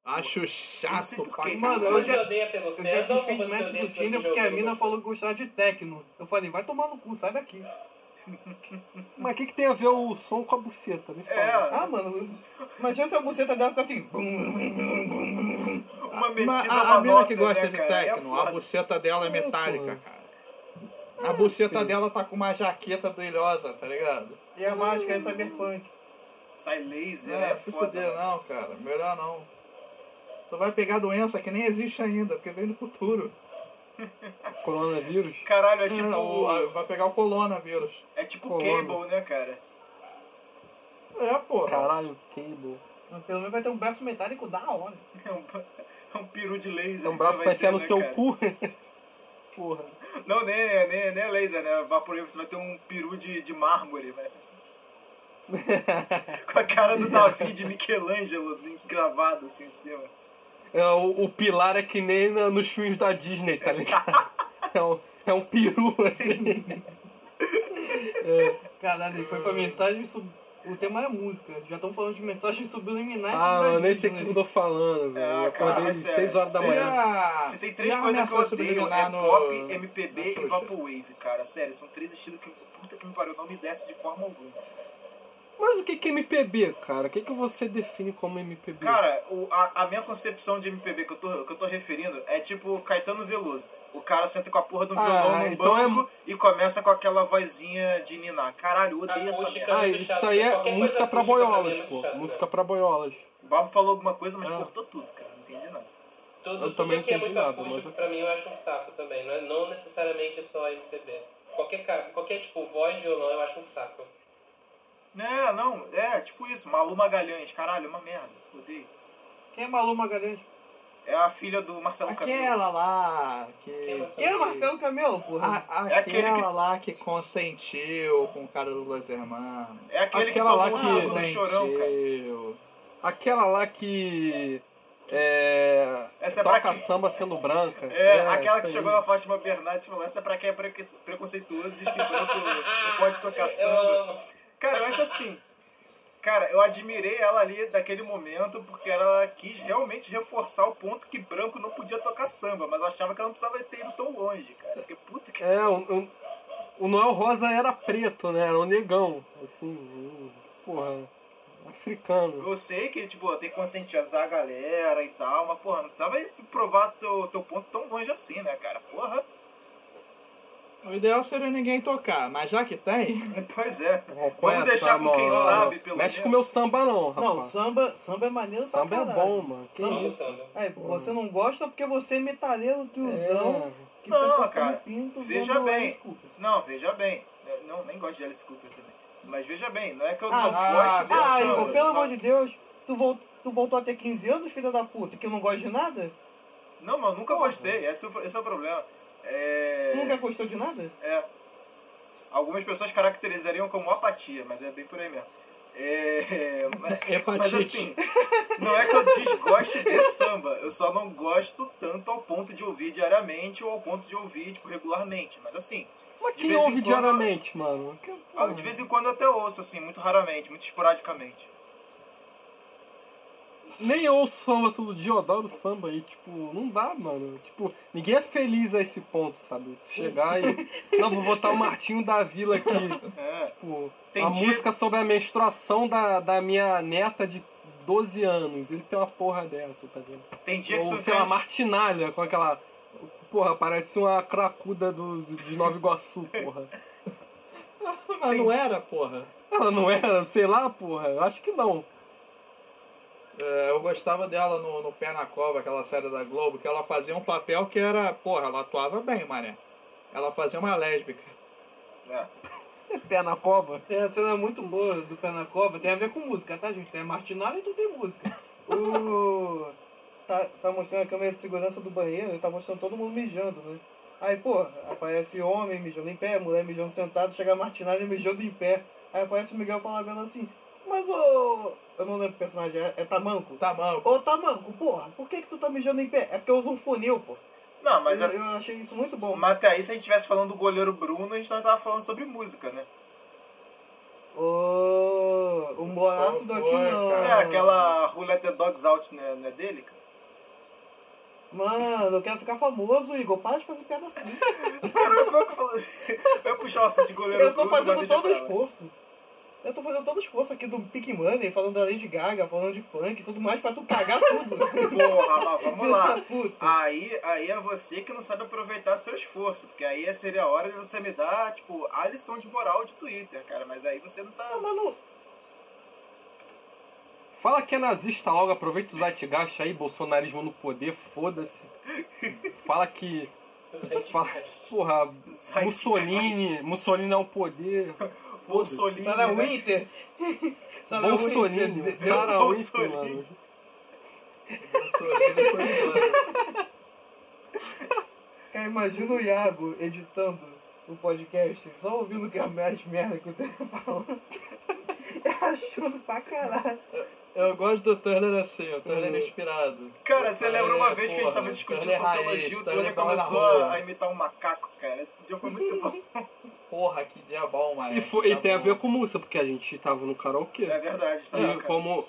E: Acho
D: Não sei
E: chato,
D: por
E: pai.
D: quê,
F: Mano, eu
G: Você
F: já...
G: odeia pelo
F: Eu já
G: fandom ou
F: desfiz
G: você
F: match
G: odeia
F: do
G: porque você
F: Tinder porque a
G: jogou?
F: mina falou que gostava de Tecno. Eu falei, vai tomar no cu, sai daqui.
H: Mas o que, que tem a ver o som com a buceta? Me fala.
D: É,
F: Ah, mano, imagina se a buceta dela ficar assim.
D: uma metida
E: Mas
D: uma
E: a, a mina
D: nota,
E: que gosta
D: né,
E: de
D: cara? É
E: techno, a
D: foda.
E: buceta dela é metálica, cara. A buceta dela tá com uma jaqueta brilhosa, tá ligado?
F: E a mágica é cyberpunk.
D: Sai laser,
E: Não,
D: é,
E: assim. Ah, se
D: foda.
E: fuder não, cara. Melhor não. Tu vai pegar doença que nem existe ainda, porque vem do futuro.
H: Coronavírus.
D: Caralho, é
E: É, o-
D: tipo.
E: a- vai pegar o coronavírus.
D: É tipo
H: Corona.
D: Cable, né, cara?
E: É, porra.
H: Caralho, cable.
F: Mas pelo menos vai ter um braço metálico da hora.
D: É um, é um peru de laser.
H: É um
D: que
H: braço
D: você
H: pra
D: vai
H: enfiar
D: ter,
H: no
D: né,
H: seu
D: cara?
H: cu. Porra.
D: Não, nem, é- nem, é- nem é laser, né? Vaporwave, você vai ter um peru de, de mármore, velho. Com a cara do Davi de Michelangelo cravado assim em cima.
H: É, o, o pilar é que nem na- nos filmes da Disney, tá ligado? É um, é um peru, assim.
F: Caralho, ele foi pra mensagem sub... O tema é música. Já estão falando de mensagem subliminar. e
H: Ah,
F: tudo né?
H: mano,
F: da
H: nem sei o que
F: Disney.
H: eu tô falando, velho.
D: Ah,
H: Eu
D: cara,
H: Acordei às
D: sério,
H: 6 horas da
E: E
H: manhã.
E: a-
D: Se tem
E: e
D: três
E: a
D: coisas que eu
E: ameaça
D: odeio, é
E: subliminar no-
D: pop,
E: na
D: MPB e
E: Xuxa?
D: Vaporwave, cara. Sério, são três estilos que, puta que me pariu, não me desce de forma alguma.
H: Hum. Mas o que que é MPB, cara? O que que você define como MPB?
D: Cara, o- a, a minha concepção de MPB que eu, tô, que eu tô referindo é tipo Caetano Veloso. O cara senta com a porra do
H: Ah,
D: violão no
H: então é
D: banco e começa com aquela vozinha de ninar. Caralho, eu odeio essa
G: Acústica.
D: merda.
H: ah,
G: muito chato,
H: isso aí
G: né?
H: é
G: Qualquer coisa acústica
H: música pra
G: pra mim é
H: boiolas,
G: muito
H: pô.
G: chato,
H: música pra boiolas.
D: O Babo falou alguma coisa, mas
H: Ah.
D: cortou tudo, cara. Não entendi nada.
G: Tudo,
H: Eu
G: tudo
H: também
G: que é
H: entendi
G: muito
H: nada,
G: acústico,
H: mas-
G: pra mim, eu acho um saco também. Não, é, não necessariamente só MPB. Qualquer, ca- qualquer tipo, voz, violão, eu acho um saco.
D: É, não, é, tipo isso. Malu Magalhães, caralho, é uma merda. Odeio.
F: Quem é Malu Magalhães?
D: É a filha do Marcelo Camelo.
E: Aquela lá
G: Quem é
E: que.
G: Marcelo?
F: Quem é Marcelo Camelo, porra?
E: A-
D: É aquele
E: aquela
D: que-
E: lá que consentiu com o cara do Los Hermanos.
D: É aquele
H: Aquela lá
D: que tomou
H: que-
D: um soco do chorão, cara.
E: Consentiu.
H: Aquela lá que. É.
D: Essa é pra
H: toca
D: quem?
H: samba sendo branca.
D: É, aquela
H: isso
D: que
H: aí.
D: chegou na Fátima Bernardes e falou: essa é pra quem é preconce- preconceituoso, diz que branco não pode tocar
G: Ah, Eu
D: samba.
G: amo.
D: Cara, eu acho assim. Cara, eu admirei ela ali daquele momento porque ela quis realmente reforçar o ponto que branco não podia tocar samba, mas eu achava que ela não precisava ter ido tão longe, cara. Porque puta que.
H: É, o, o- o Noel Rosa era preto, né? Era um negão. Assim. um- Porra. africano.
D: Eu sei que, tipo, tem que conscientizar a galera e tal, mas, porra, não precisava ir provar teu, teu ponto tão longe assim, né, cara? Porra,
E: O ideal seria ninguém tocar, mas já que tem,
D: pois é.
H: Conhece,
D: deixar com quem
H: mano.
D: sabe, pelo
H: Mexe com
D: menos.
H: meu samba não,
F: Não,
H: rapaz.
F: samba, samba é maneiro
H: samba
F: pra
H: é
F: caralho.
H: bom, mano. Que
F: Samba,
H: isso?
G: Sabe?
F: É, você não gosta porque você é metaleiro tiozão
H: É.
F: que
D: Não,
F: fica tocando
D: cara,
F: pinto
D: veja
F: vendo
D: bem.
F: Alice Cooper.
D: Não, veja bem. Eu Não, nem gosto de Alice Cooper também. Mas veja bem, não é que eu
F: Ah,
D: não
E: ah,
D: gosto desse
F: Ah,
D: samba,
F: Igor, pelo
D: só-
F: amor de Deus, tu, vol- tu voltou a ter 15 anos, filha da puta, que eu não gosto de nada?
D: Não, mano, nunca
F: Porra.
D: gostei. Esse é, o, esse é o problema. É...
F: Nunca gostou de nada?
D: É. Algumas pessoas caracterizariam como apatia, mas é bem por aí mesmo. É. Mas, mas
E: hepatite.
D: assim, não é que eu desgoste de samba, eu só não gosto tanto ao ponto de ouvir diariamente ou ao ponto de ouvir, tipo, regularmente. Mas assim,
H: Mas
D: De
H: quem
D: vez em
H: ouve
D: quando-
H: diariamente, mano? Que
D: ah,
H: porra.
D: de vez em quando eu até ouço, assim, muito raramente, muito esporadicamente.
H: Nem eu ouço samba todo dia, eu adoro samba aí, tipo, não dá, mano. Tipo, ninguém é feliz a esse ponto, sabe? Tu Chegar e. Não, vou botar o Martinho da Vila aqui.
D: É.
H: Tipo,
D: Tem
H: uma
D: dia-
H: música sobre a menstruação da, da minha neta de 12 anos. Ele tem uma porra dessa, tá vendo?
D: Tem dia que
H: Ou,
D: isso
F: um
H: sei lá, Martinalha, com aquela. Porra, parece uma cracuda do, de Nova Iguaçu, porra.
E: mas não era, porra.
H: Ela não era, sei lá, porra. Eu acho que não.
E: É, eu gostava dela no, no Pé na Cova, aquela série da Globo, que ela fazia um papel que era. Porra, ela atuava bem, mané. Ela fazia uma lésbica.
D: É.
H: Pé na cova.
F: Tem É, a cena muito boa do Pé na Cova, tem a ver com música, tá, gente? Tem a Martinalha e tudo tem música. O... Tá, tá mostrando a câmera de segurança do banheiro, tá mostrando todo mundo mijando, né? Aí, pô, aparece homem mijando em pé, mulher mijando sentado, chega a Martinalha mijando em pé. Aí aparece o Miguel falando assim, mas ô... Eu não lembro o personagem, é, é Tamanco?
E: Tamanho.
F: Ô, Tamanco, porra, por que que tu tá mijando em pé? É porque eu uso um funil, pô.
D: Não, mas,
F: eu,
D: a-
F: eu achei isso muito bom.
D: mas até aí, se é a gente estivesse falando do goleiro Bruno, a gente não tava falando sobre música, né?
F: Ô, um boraço
E: Qual
F: daqui
E: foi,
F: não.
E: cara?
D: É, aquela Who Let the Dogs Out, né, não é dele, cara?
F: Mano, eu quero ficar famoso, Igor. Para de fazer piada assim.
D: Cara, eu pouco falando. Eu puxar o assunto de goleiro
F: Eu tô
D: Bruno, mas
F: fazendo
D: deixa
F: todo o
D: pra lá.
F: esforço. Eu tô fazendo todo o esforço aqui do Pick Money, falando da Lady Gaga, falando de funk e tudo mais, pra tu cagar tudo.
D: Porra, mas vamos lá. Ah,
F: Filha da puta.
D: Aí, aí é você que não sabe aproveitar seu esforço, porque aí seria a hora de você me dar, tipo, a lição de moral de Twitter, cara. Mas aí você não tá.
F: Ah, mano,
H: Fala que é nazista logo, aproveita o Zeitgeist aí, bolsonarismo no poder, foda-se. Fala que.
G: é
H: Fala, porra,
D: Zeitgeist.
H: Mussolini, Mussolini é um poder.
D: Bolsolini.
F: Sarah
D: né?
F: Winter. Sarah Winter,
H: Bolsonini,
F: de-
H: Sarah Winter,
D: Bolsonaro.
H: mano.
F: Cara, imagina o Iago editando o podcast, só ouvindo que- as merda que o Temer falou. Achando pra caralho.
E: Eu gosto do Turner assim, o Turner inspirado.
D: Hum. Cara,
E: O
D: você
E: Turner,
D: lembra uma vez que a gente
E: é, porra,
D: tava
E: Turner
D: discutindo
E: raiz,
D: sociologia, o
E: Turner
D: Tony
E: bola na
D: começou
E: rua.
D: a- a imitar um macaco, cara. Esse dia foi muito bom.
E: Porra, que dia bom, mano.
H: E, foi- e tem a ver com música, porque a gente tava no karaokê.
D: É verdade, tá
H: E
D: cara.
H: como,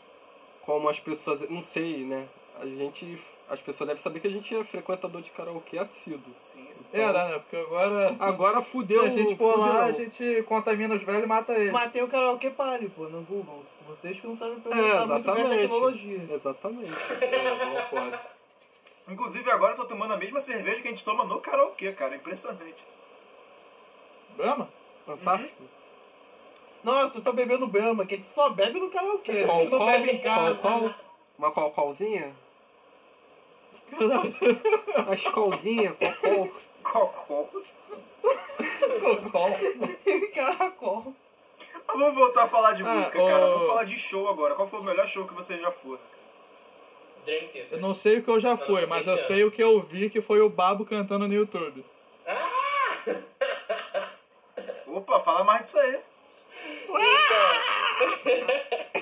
H: como as pessoas. Não sei, né? A gente. As pessoas devem saber que a gente é frequentador de karaokê assíduo.
D: Sim, isso.
E: Era, né? Porque agora.
H: Agora fudeu.
E: se a gente for lá, a
H: fudeu.
E: gente contamina os velhos e mata eles.
F: Matei o karaokê pare, pô, no Google. Vocês que não sabem
H: É,
F: perguntar tá muito bem a tecnologia.
H: exatamente. Exatamente.
E: É, Não, porra.
D: Inclusive, agora eu tô tomando a mesma cerveja que a gente toma no karaokê, cara. Impressionante.
E: Brahma?
H: Antártico.
F: Nossa, eu tô bebendo Brahma, que a gente só bebe no karaokê, a
H: Qual,
F: gente não
H: qual,
F: bebe em casa.
H: qual, qual? Uma qual, qualzinha? As colzinhas, qual, qual?
D: Cocó.
E: Cocó.
F: Caracol.
D: Mas vamos voltar a falar de
E: Ah,
D: música,
E: ô-
D: cara. Vamos falar de show agora. Qual foi o melhor show que você já foi?
G: Dream
E: Eu
G: Theater.
E: não sei o que eu já fui, mas
D: é.
E: eu sei o que eu vi que foi o Babo cantando no YouTube.
D: Opa, fala mais disso aí.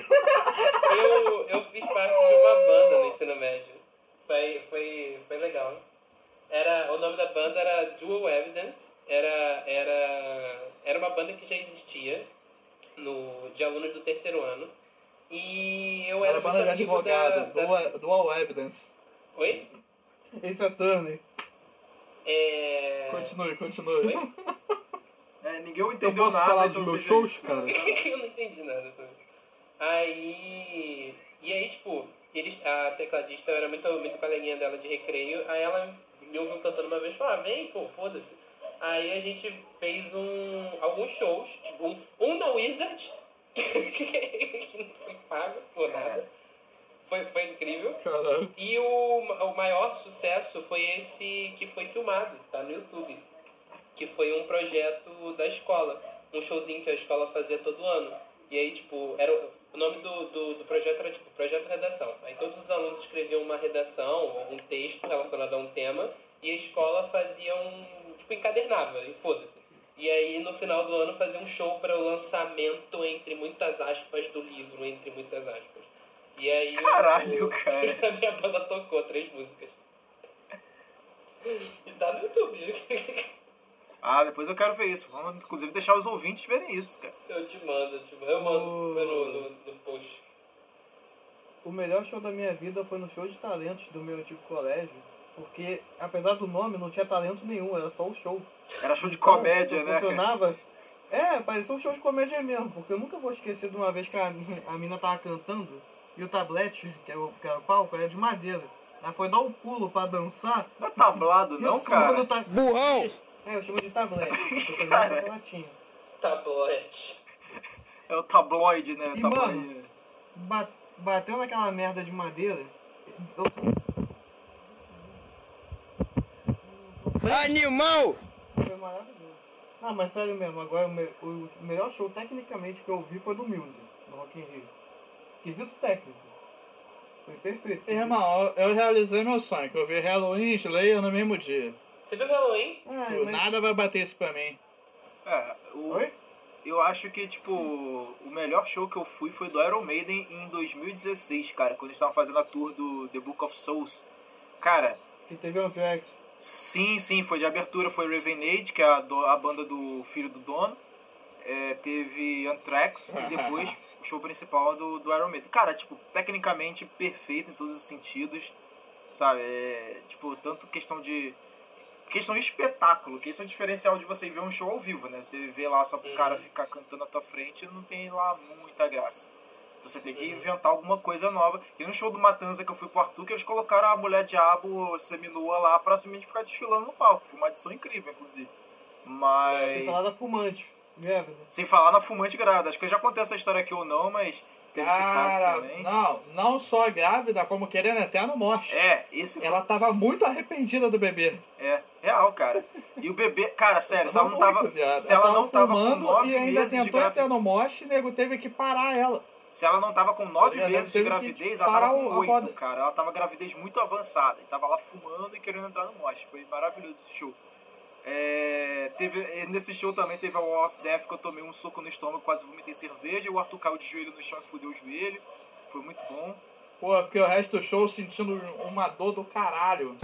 G: Eu, eu fiz parte de uma banda no ensino médio. Foi, foi, foi legal. Era, o nome da banda era Dual Evidence. Era, era, era uma banda que já existia no, de alunos do terceiro ano. E eu
E: Era
G: era,
E: a banda de
G: muito amigo da-
E: advogado,
G: da-
E: Dual, Dual Evidence.
G: Oi?
F: Esse é Turner.
G: É...
E: Continue, continue.
D: É, ninguém
H: Eu
D: entendeu
H: posso
D: nada.
H: falar
D: então
H: dos meus
D: seja
H: shows,
D: isso.
H: cara?
G: eu não entendi nada. também. Aí. E aí, tipo, eles, a tecladista era muito, muito coleguinha dela de recreio, aí ela me ouviu cantando uma vez e falou, ah, vem, pô, foda-se. Aí a gente fez um, alguns shows, tipo, um, um da Wizard, que não foi pago por nada. Foi, foi incrível.
H: Caralho.
G: E o, ma- o maior sucesso foi esse que foi filmado, tá no YouTube. Que foi um projeto da escola. Um showzinho que a escola fazia todo ano. E aí, tipo, era o, o nome do, do, do projeto era, tipo, Projeto Redação. Aí todos os alunos escreviam uma redação, ou um texto relacionado a um tema. E a escola fazia um... Tipo, encadernava, e foda-se. E aí, no final do ano, fazia um show para o lançamento, entre muitas aspas, do livro, entre muitas aspas. E aí... o-
D: Caralho, cara.
G: a minha banda tocou três músicas. E tá no YouTube.
D: Ah, depois eu quero ver isso. Vamos, inclusive, deixar os ouvintes verem isso, cara.
G: Eu te mando, eu, te mando. eu mando
D: Hum.
G: no, no, no post.
F: O melhor show da minha vida foi no show de talentos do meu antigo colégio. Porque, apesar do nome, não tinha talento nenhum, era só o show.
D: Era show de comédia,
F: Então,
D: né? cara?
F: Funcionava. É, parecia um show de comédia mesmo, porque eu nunca vou esquecer de uma vez que a, a mina tava cantando e o tablete, que era o, que era o palco, era de madeira. Ela foi dar um pulo pra dançar
D: Não é tablado,
F: e
D: não,
F: o som do
D: cara.
F: ta-
H: Burrão!
F: tá É, eu chamo de tablete, porque não é tabletinho.
G: Tabloide.
D: É o tabloide, né?
F: E,
D: tabloide.
F: mano, Ba- bateu naquela merda de madeira, eu um
H: Animal!
F: Foi maravilhoso. Não, mas sério mesmo, agora o, me- o melhor show tecnicamente que eu vi foi do Muse, no Rock in Rio. Quesito técnico. Foi perfeito.
D: É.
F: Ah,
E: Irmão, eu eu realizei meu sonho, que eu vi Halloween e Slayer no mesmo dia.
G: Você viu o Halloween?
F: Ai,
E: Pô,
F: mas-
E: Nada vai bater isso pra mim.
D: É, o-
F: Oi?
D: eu acho que, tipo, o melhor show que eu fui foi do Iron Maiden em 2016, cara, quando eles estavam fazendo a tour do The Book of Souls. Cara,
F: Que teve um Trax.
D: Sim, sim, foi de abertura, foi Ravenade, que é a, do- a banda do filho do dono. É, teve Anthrax e depois o show principal do, do Iron Maiden. Cara, tipo, tecnicamente perfeito em todos os sentidos, sabe? É, tipo, tanto questão de... Questão de um espetáculo, que isso é o diferencial de você ver um show ao vivo, né? Você vê lá só
E: Uhum.
D: pro cara ficar cantando na tua frente, não tem lá muita graça. Então você tem que
E: Uhum.
D: inventar alguma coisa nova. E no show do Matanza que eu fui pro Arthur, que eles colocaram a mulher diabo seminua lá pra simplesmente ficar desfilando no palco. Foi uma adição incrível, inclusive.
F: Sem
D: Mas.
F: falar da fumante. Grávida.
D: Sem falar na fumante grávida. Acho que eu já contei essa história aqui ou não, mas teve esse
E: Cara,
D: caso também.
E: não, não só grávida, como querendo até no morte.
D: É, esse
E: Ela tava muito arrependida do bebê.
D: é real, cara. E o bebê, cara, sério, se ela não
E: Tava
D: tava.
E: é muito, viado.
D: Se ela não tava com
E: fumando
D: nove
E: e ainda
D: meses de
E: tentou até
D: gravidez.
E: no morte, nego teve que parar ela.
D: Se ela não tava com nove
E: Ela
D: meses de
E: teve que
D: gravidez, ela
E: parar
D: tava com
E: o- a roda.
D: oito, cara. Ela tava gravidez muito avançada. E tava lá fumando e querendo entrar no mosh. Foi maravilhoso esse show. É, teve, eh, nesse show também teve a Wall of Death que eu tomei um soco no estômago, quase vomitei cerveja. E o Arthur caiu de joelho no chão e fudeu o joelho. Foi muito bom.
E: Pô, eu fiquei o resto do show sentindo uma dor do caralho.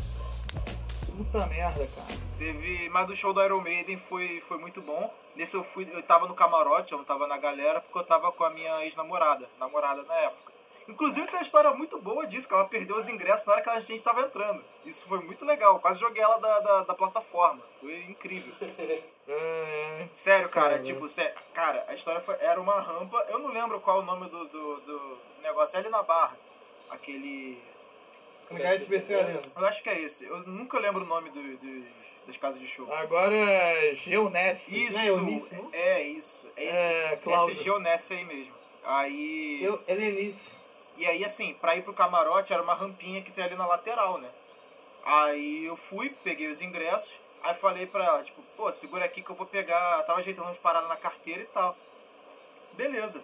E: Puta merda, cara.
D: Teve, mas do show do Iron Maiden foi, foi muito bom. Nesse eu fui, eu tava no camarote, eu não tava na galera, porque eu tava com a minha ex-namorada, namorada na época. Inclusive tem uma história muito boa disso, que ela perdeu os ingressos na hora que a gente tava entrando. Isso foi muito legal, eu quase joguei ela da, da, da plataforma. Foi incrível.
E: É, é.
D: Sério, cara,
H: Cara.
D: tipo, sério. Cara, a história foi, era uma rampa, eu não lembro qual é o nome do, do, do negócio, é ali na barra. Aquele.
F: Ligar SBC Arena.
D: Eu acho que é esse. Eu nunca lembro o nome do, dos- das casas de show.
E: Agora é Geoness.
D: Isso,
F: né, Eunice, não?
D: é isso. É esse,
E: É,
D: esse
E: Cláudio.
D: Geoness aí mesmo. Aí.
F: Eu, Helenice.
D: E aí, assim, pra ir pro camarote era uma rampinha que tem ali na lateral, né? Aí eu fui, peguei os ingressos, aí falei pra ela, tipo, pô, segura aqui que eu vou pegar. Tava ajeitando umas paradas na carteira e tal. Beleza.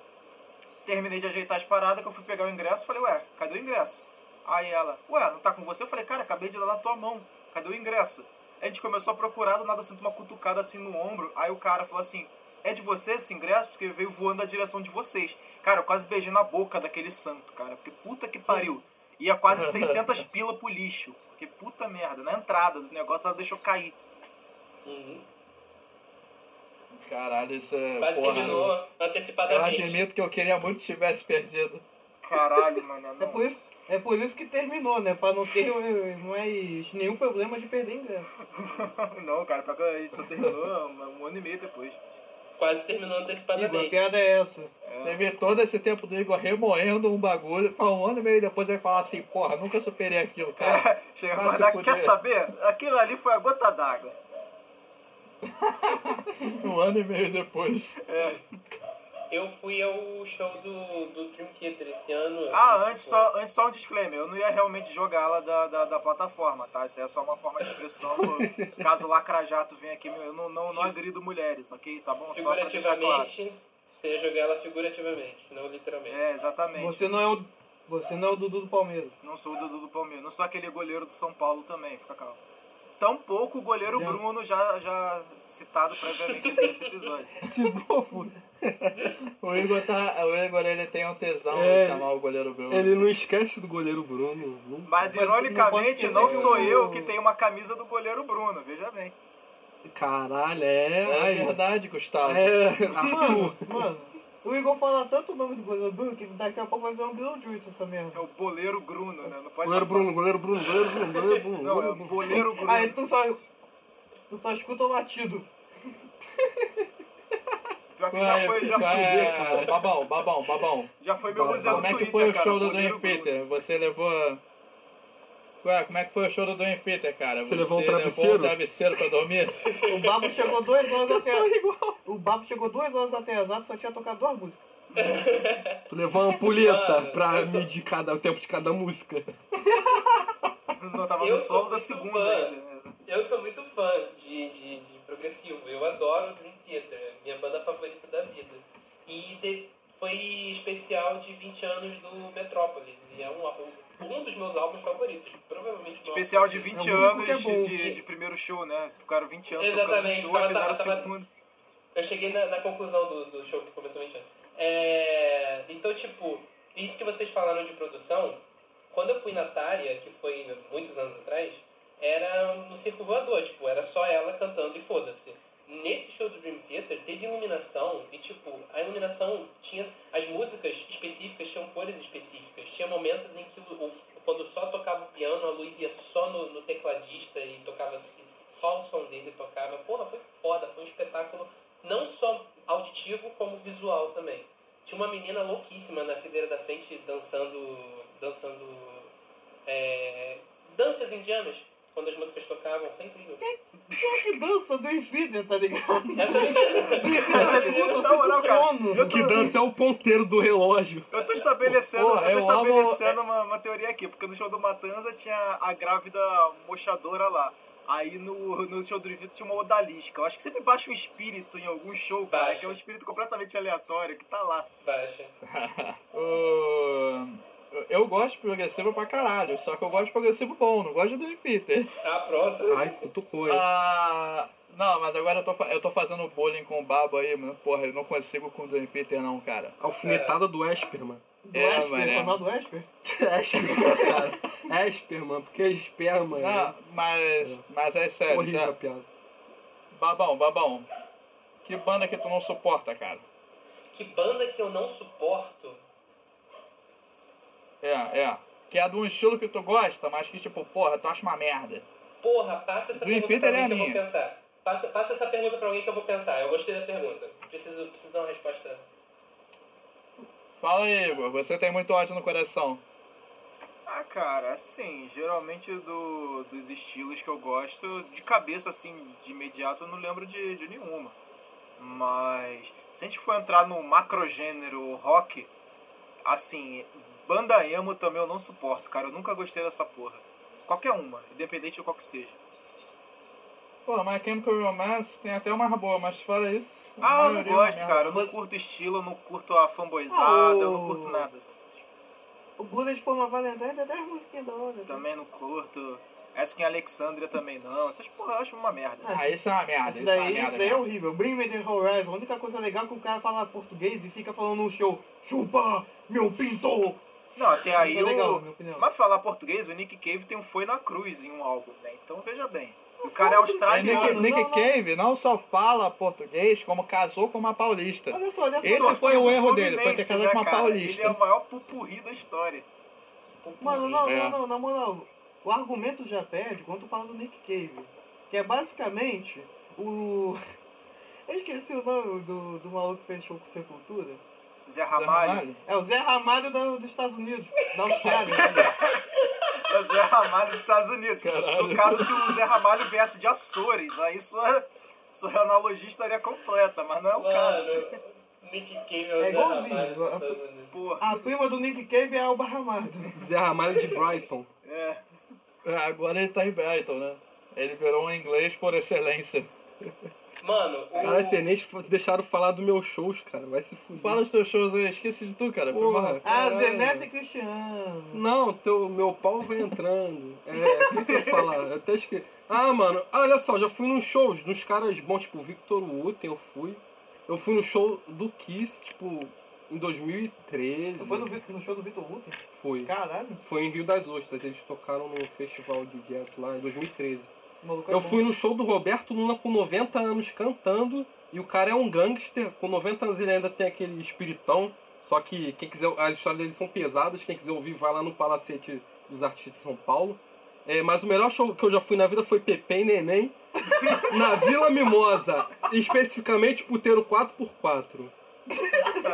D: Terminei de ajeitar as paradas, que eu fui pegar o ingresso, falei, ué, cadê o ingresso? Aí ela, ué, não tá com você? Eu falei, cara, acabei de dar na tua mão, cadê o ingresso? A gente começou a procurar, do nada eu sinto uma cutucada assim no ombro, aí o cara falou assim, é de você esse ingresso? Porque veio voando na direção de vocês. Cara, eu quase beijei na boca daquele santo, cara, porque puta que pariu. Ia quase 600 pila pro lixo, porque puta merda, na entrada do negócio ela deixou cair.
G: Uhum.
E: Caralho, isso é.
G: Mas
E: porra,
G: terminou
D: né?
E: Eu
D: Ah,
G: antecipadamente.
E: admito que eu queria muito que tivesse perdido.
D: Caralho, mano,
F: É por, isso, é por isso que terminou, né? Pra não ter eh, mais nenhum problema de perder ingresso.
D: um não. não, cara, pior que a gente só terminou um ano e meio depois.
G: Quase terminou
F: Igor, a
G: antecipadamente.
F: piada é essa.
E: Teve todo esse tempo do Igor remoendo um bagulho pra um ano e meio depois ele falar assim, porra, nunca superei aquilo, cara.
D: Chega
E: Vai
D: a
E: se
D: guardar.
E: fuder.
D: Quer saber? Aquilo ali foi a gota d'água. É.
E: Um ano e meio depois.
G: Eu fui ao show do, do Dream Theater esse ano.
D: Ah, antes só, antes só um disclaimer. Eu não ia realmente jogá-la da, da, da plataforma, tá? Isso aí é só uma forma de expressão. pô. Caso o Lacrajato venha aqui, eu não, não, não agrido mulheres, ok? Tá bom? Só pra deixar claro.
G: Figurativamente, você ia jogar ela figurativamente, não literalmente.
D: É, exatamente.
F: Você não é o. Você não é o Dudu do Palmeiras.
D: Não sou o Dudu do Palmeiras. Não sou aquele goleiro do São Paulo também, fica calmo. Tampouco o goleiro
F: Já.
D: Bruno, já, já citado previamente aqui nesse episódio.
H: De novo,
E: O Igor tá. O Igor ele tem um tesão
H: É.
E: de chamar o goleiro Bruno.
H: ele não esquece do goleiro Bruno. Não...
D: Mas,
F: Mas
D: ironicamente,
F: não
D: não
F: pode
D: sou
F: esquecer
D: eu
F: o-
D: que tenho uma camisa do goleiro Bruno, veja bem.
H: Caralho, é.
E: É
H: aí.
E: verdade, Gustavo.
H: É.
F: Mano, mano, o Igor fala tanto o nome do goleiro Bruno que daqui a pouco vai ver um Beetlejuice essa
D: É
F: merda.
D: o boleiro Bruno, né? Não pode
H: Goleiro
D: falar.
H: Bruno, goleiro Bruno, goleiro Bruno, goleiro Bruno.
D: Não, é
H: goleiro
D: o
H: Bruno.
D: boleiro Bruno.
F: Aí tu só. Tu só escuta o latido.
D: Pior que já
E: Ué,
D: foi, já
E: isso
D: foi,
E: é- Babão, babão, babão.
D: já foi meu museu
E: Como
D: no
E: é que
D: Twitter,
E: foi o
D: cara,
E: show do
D: boleiro
E: Dream Theater? Você levou. Ué, como é que foi o show do Dream Theater, cara?
H: Você levou um travesseiro?
E: levou um travesseiro pra dormir?
F: O Babo chegou duas horas até.
H: Sou igual.
F: O Babo chegou duas horas atrasado, só tinha tocado duas músicas.
H: Tu levou uma ampulheta
G: Mano,
H: pra
G: eu sou-
H: medir cada, o tempo de cada música.
D: Bruno. Não, tava
G: Eu
D: no
G: sou
D: solo da
G: muito
D: segunda
G: fã.
D: ainda, né?
G: Eu sou muito fã de, de, de progressivo. Eu adoro o Dream Theater, é minha banda favorita da vida. E de- foi especial de 20 anos do Metrópolis. E é um, um dos meus álbuns favoritos. Provavelmente o meu
D: Especial
G: álbum
D: de
G: favorito.
D: 20
F: É o único
D: anos
F: que é bom.
D: de, de primeiro show, né? Ficaram 20 anos
G: Exatamente,
D: tocando show,
G: tava-
D: fizeram o
G: tava-
D: segundo.
G: Eu cheguei na, na conclusão do, do show que começou 20 anos. É, então, tipo, isso que vocês falaram de produção, quando eu fui na Tária, que foi muitos anos atrás, era no circo voador, tipo, era só ela cantando e foda-se. Nesse show do Dream Theater teve iluminação e, tipo, a iluminação tinha. As músicas específicas tinham cores específicas. Tinha momentos em que, o, o- quando só tocava o piano, a luz ia só no, no tecladista e tocava só o som dele tocava. Porra, foi foda, foi um espetáculo não só auditivo, como visual também. Tinha uma menina louquíssima na fileira da frente dançando. dançando. é, danças indianas, quando as músicas tocavam, foi incrível.
D: É.
F: Pô, que dança do Infinity, tá ligado?
G: Essa menina.
F: Cara, tipo, eu tô
D: Na moral,
F: sentindo
D: é cara,
F: sono.
H: Que dança é o ponteiro do relógio.
D: Eu tô estabelecendo,
E: Porra,
D: eu tô
E: eu amo-
D: estabelecendo uma, uma teoria aqui, porque no show do Matanza tinha a grávida mochadora lá. Aí no, no show do Rivito tinha uma odalisca. Eu acho que sempre baixa um espírito em algum show, cara,
G: Baixa.
D: que é um espírito completamente aleatório, que tá lá.
G: Baixa.
E: O- Eu gosto de progressivo pra caralho, só que eu gosto de progressivo bom, não gosto de Dream Theater.
G: Ah, pronto.
H: Ai, cutucou, hein?
E: Ah, não, mas agora eu tô, fa- eu tô fazendo bullying com o Babo aí, mano. Porra, eu não consigo com o Dream Theater não, cara.
H: Alfinetada do Esperman.
F: Do
E: É,
F: Esper,
E: mané.
F: canal do Esper.
H: Esperman, cara. Esperman, porque é esperma.
E: Ah,
H: né?
E: mas, mas é sério,
H: Horrível
E: já...
H: a piada.
E: Babão, babão. Que banda que tu não suporta, cara?
G: Que banda que eu não suporto.
E: É, é. Que é de um estilo que tu gosta, mas que tipo, porra, tu acha uma merda.
G: Porra, passa essa
E: Dream
G: pergunta pra
E: Theater é
G: alguém
E: a
G: que eu vou
E: minha.
G: pensar. Passa, passa essa pergunta pra alguém que eu vou pensar. Eu gostei da pergunta. Preciso, preciso dar uma resposta.
D: É
E: Fala aí, Igor, você tem muito ódio no coração.
D: Ah, cara, assim, geralmente do, dos estilos que eu gosto, de cabeça, assim, de imediato, eu não lembro de, de nenhuma. Mas, se a gente for entrar no macrogênero rock, assim, banda emo também eu não suporto, cara. Eu nunca gostei dessa porra. Qualquer uma, independente de qual que seja.
E: Pô, My Chemical Romance tem até uma boa, mas fora isso. a
D: Ah, eu não
E: maioria é
D: gosto,
E: merda.
D: cara. Eu não curto estilo, eu não curto a fanboyzada, eu não curto nada.
F: O Buda de forma valentine tem 10 musiquinhas da hora. né?
D: Também não curto. Essa que em Alexandria também não. Essas porra eu acho uma merda.
E: Ah, isso é uma merda.
F: Esse
E: isso é uma
F: daí,
E: merda
F: esse daí é
E: mesmo.
F: horrível. Bring me the horizon. A única coisa legal é que o cara fala português e fica falando no show. Chupa, meu pinto!
D: Não, até aí
F: Isso é
D: eu.
F: legal, na minha opinião.
D: Mas falar português, o Nick Cave tem um Foi na Cruz em um álbum, né? Então veja bem. O cara é
E: Aí Nick,
D: australiano.
F: Não,
E: Nick
F: não, não.
E: Cave não só fala português, como casou com uma paulista. Tá
F: Olha só, Assim, olha só.
E: Esse
D: torcida
E: foi o
D: do
E: erro dele,
D: Fluminense,
E: foi ter casado
D: né,
E: com uma
D: cara?
E: paulista.
D: Ele é o maior pupurri da história.
F: Mano, não,
E: É.
F: não, não, na moral, o argumento já perde quando tu fala do Nick Cave. Que é basicamente o. Eu esqueci o nome do, do maluco que fez show com Sepultura.
D: Zé
E: Zé
D: Ramalho.
F: É o Zé Ramalho da- dos Estados Unidos, da Austrália. né?
D: É o Zé Ramalho dos Estados Unidos.
E: Caralho.
D: No caso, se o Zé Ramalho viesse de Açores, aí sua, sua analogia estaria completa, mas não é o
G: Ah.
D: caso.
G: Mano, Nick Cave é o
F: É
G: Zé
F: igualzinho,
G: Ramalho dos
F: igual-
G: Estados Unidos.
D: Porra,
F: A prima do Nick Cave é Alba Ramalho.
H: Zé Ramalho de Brighton.
D: é.
E: Ah, Agora ele tá em Brighton, né? Ele virou um inglês por excelência.
G: Mano, o...
H: Cara, assim, vocês nem f- deixaram falar dos meus shows, cara. Vai se fuder.
E: Fala os teus shows aí, esqueci de tu, cara. Foi
H: Porra.
E: mal.
F: Ah,
H: Caralho.
F: Zenete Cristiano.
H: Não, teu, meu pau vai entrando. É, o que, que eu ia falar? Eu até esqueci. Ah, mano, olha só, já fui nos shows dos caras bons, tipo Victor Wooten, eu fui. Eu fui no show do Kiss, tipo, em 2013.
F: Foi no, Vi- no show do Vitor Hugo?
H: Foi.
F: Caralho,
H: Foi em Rio das Ostras, eles tocaram no festival de jazz lá em 2013.
F: o maluco é
H: Eu
F: bom.
H: fui no show do Roberto Luna com 90 anos cantando e o cara é um gangster. Com 90 anos ele ainda tem aquele espiritão. Só que quem quiser, as histórias dele são pesadas. Quem quiser ouvir, vai lá no Palacete dos Artistas de São Paulo. É, mas o melhor show que eu já fui na vida foi Pepe e Neném na Vila Mimosa, especificamente puteiro 4x4.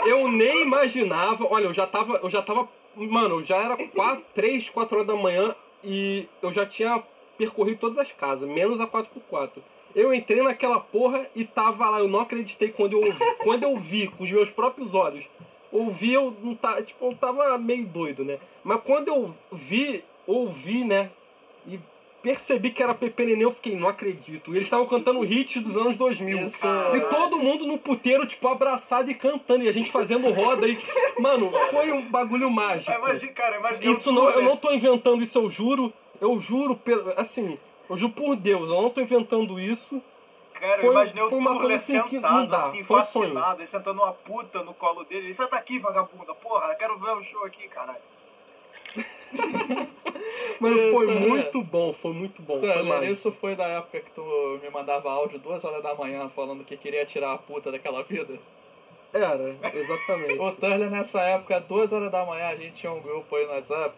H: Eu nem imaginava, olha, eu já tava, eu já tava, mano, eu já era 4, 3, 4 horas da manhã e eu já tinha percorrido todas as casas, menos a 4x4. Eu entrei naquela porra e tava lá, eu não acreditei quando eu ouvi, quando eu vi com os meus próprios olhos. Ouvi, eu não tá, tipo, eu tava meio doido, né? Mas quando eu vi, ouvi, né? E percebi que era Pepe Nenê, eu fiquei, não acredito. E eles estavam cantando hits dos anos 2000. E todo mundo no puteiro, tipo, abraçado e cantando, e a gente fazendo roda. E, mano, foi um bagulho mágico.
D: Aí, Imagina, cara, imagina.
H: Isso
D: um
H: não, eu
D: túnel.
H: não tô inventando isso, eu juro. Eu juro, pelo- assim, eu juro por Deus, eu não tô inventando isso.
D: Cara,
H: Foi-
D: eu imaginei o
H: foi uma
D: Turler
H: coisa assim que não
D: sentado,
H: dá,
D: assim,
H: foi um sonho.
D: fascinado, ele sentando uma puta no colo dele. Ele, Sai daqui, vagabunda, porra, quero ver o show aqui, caralho.
H: Mano,
E: É,
H: foi
E: tá, né?
H: muito bom, foi muito bom.
E: Tá,
H: Foi mágico.
E: isso foi da época que tu me mandava áudio duas horas da manhã falando que queria tirar a puta daquela vida.
H: Era, exatamente.
E: O Turley, nessa época, duas horas da manhã, a gente tinha um grupo aí no WhatsApp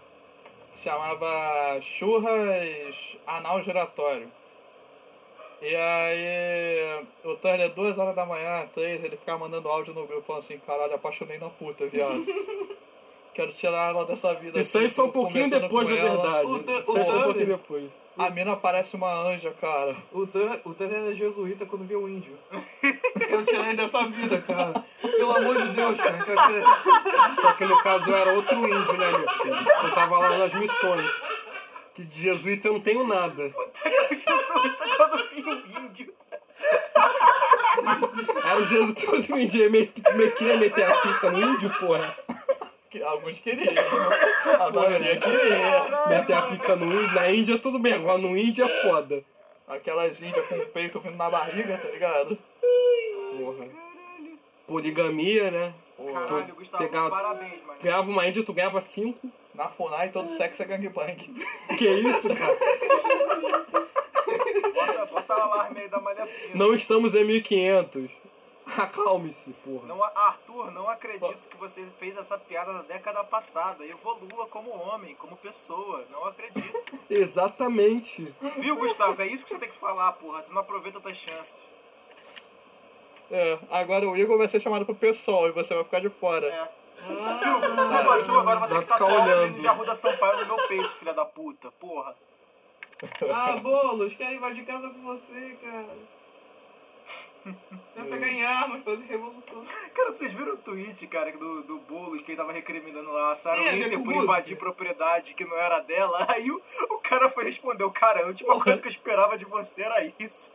E: que chamava Churras Anal Giratório. E aí, o Turley, duas horas da manhã, três, ele ficava mandando áudio no grupo falando assim: caralho, apaixonei na puta, viado. Quero tirar ela dessa vida.
H: Isso
E: aqui,
H: aí foi um
E: assim, tô
H: pouquinho
E: conversando
H: depois,
E: com
H: na
E: ela.
H: verdade.
F: O Dan-
H: Isso
F: o
H: aí foi um
F: Dan-
H: pouquinho depois.
E: A mina parece uma anja, cara.
F: O Tan o Tan era jesuíta quando viu o índio. Quero tirar ele dessa vida, cara. Pelo amor de Deus, cara. Quero tirar...
H: Só que no caso eu era outro índio, né, meu filho? Eu tava lá nas missões. Que de jesuíta eu não tenho nada.
D: Quando vi o índio.
H: Era o Jesus todo índio, meio meio que ia meter a pica no índio, porra.
E: Que alguns queriam. A maioria queria.
H: Meter a pica no índio. Na Índia tudo bem, agora no índio é foda.
E: Aquelas índias com o peito vindo na barriga, tá ligado?
H: Porra. Poligamia, né?
D: Caralho, Gustavo,
H: pegado.
D: parabéns, mano.
H: Ganhava uma Índia, tu ganhava cinco.
E: Na FUNAI todo sexo é gangbang.
H: Que isso, cara?
D: Bota, bota o alarme aí da Malha Fina.
H: Não estamos em 1500. Acalme-se, porra.
D: Não, Arthur, não acredito que você fez essa piada na década passada. Evolua como homem, como pessoa. Não acredito.
H: Exatamente.
D: Viu, Gustavo? É isso que você tem que falar, porra. Tu não aproveita tuas chances.
E: É, agora o Igor vai ser chamado pro pessoal e você vai ficar de fora.
D: É. Viu? Viu, Arthur? Agora eu vou ter
H: Vai
D: que tá estar
H: ficar olhando.
D: de Arruda Sampaio no meu peito, filha da puta. Porra.
F: Ah, Boulos, quero invadir casa com você, cara. Quero pegar em armas, fazer revolução.
D: Cara, vocês viram o tweet, cara, do, do Boulos, que ele tava recriminando lá a Sarah
F: É,
D: Winter por
F: recurso.
D: invadir propriedade que não era dela. Aí o, o cara foi responder, cara, a última coisa que eu esperava de você era isso.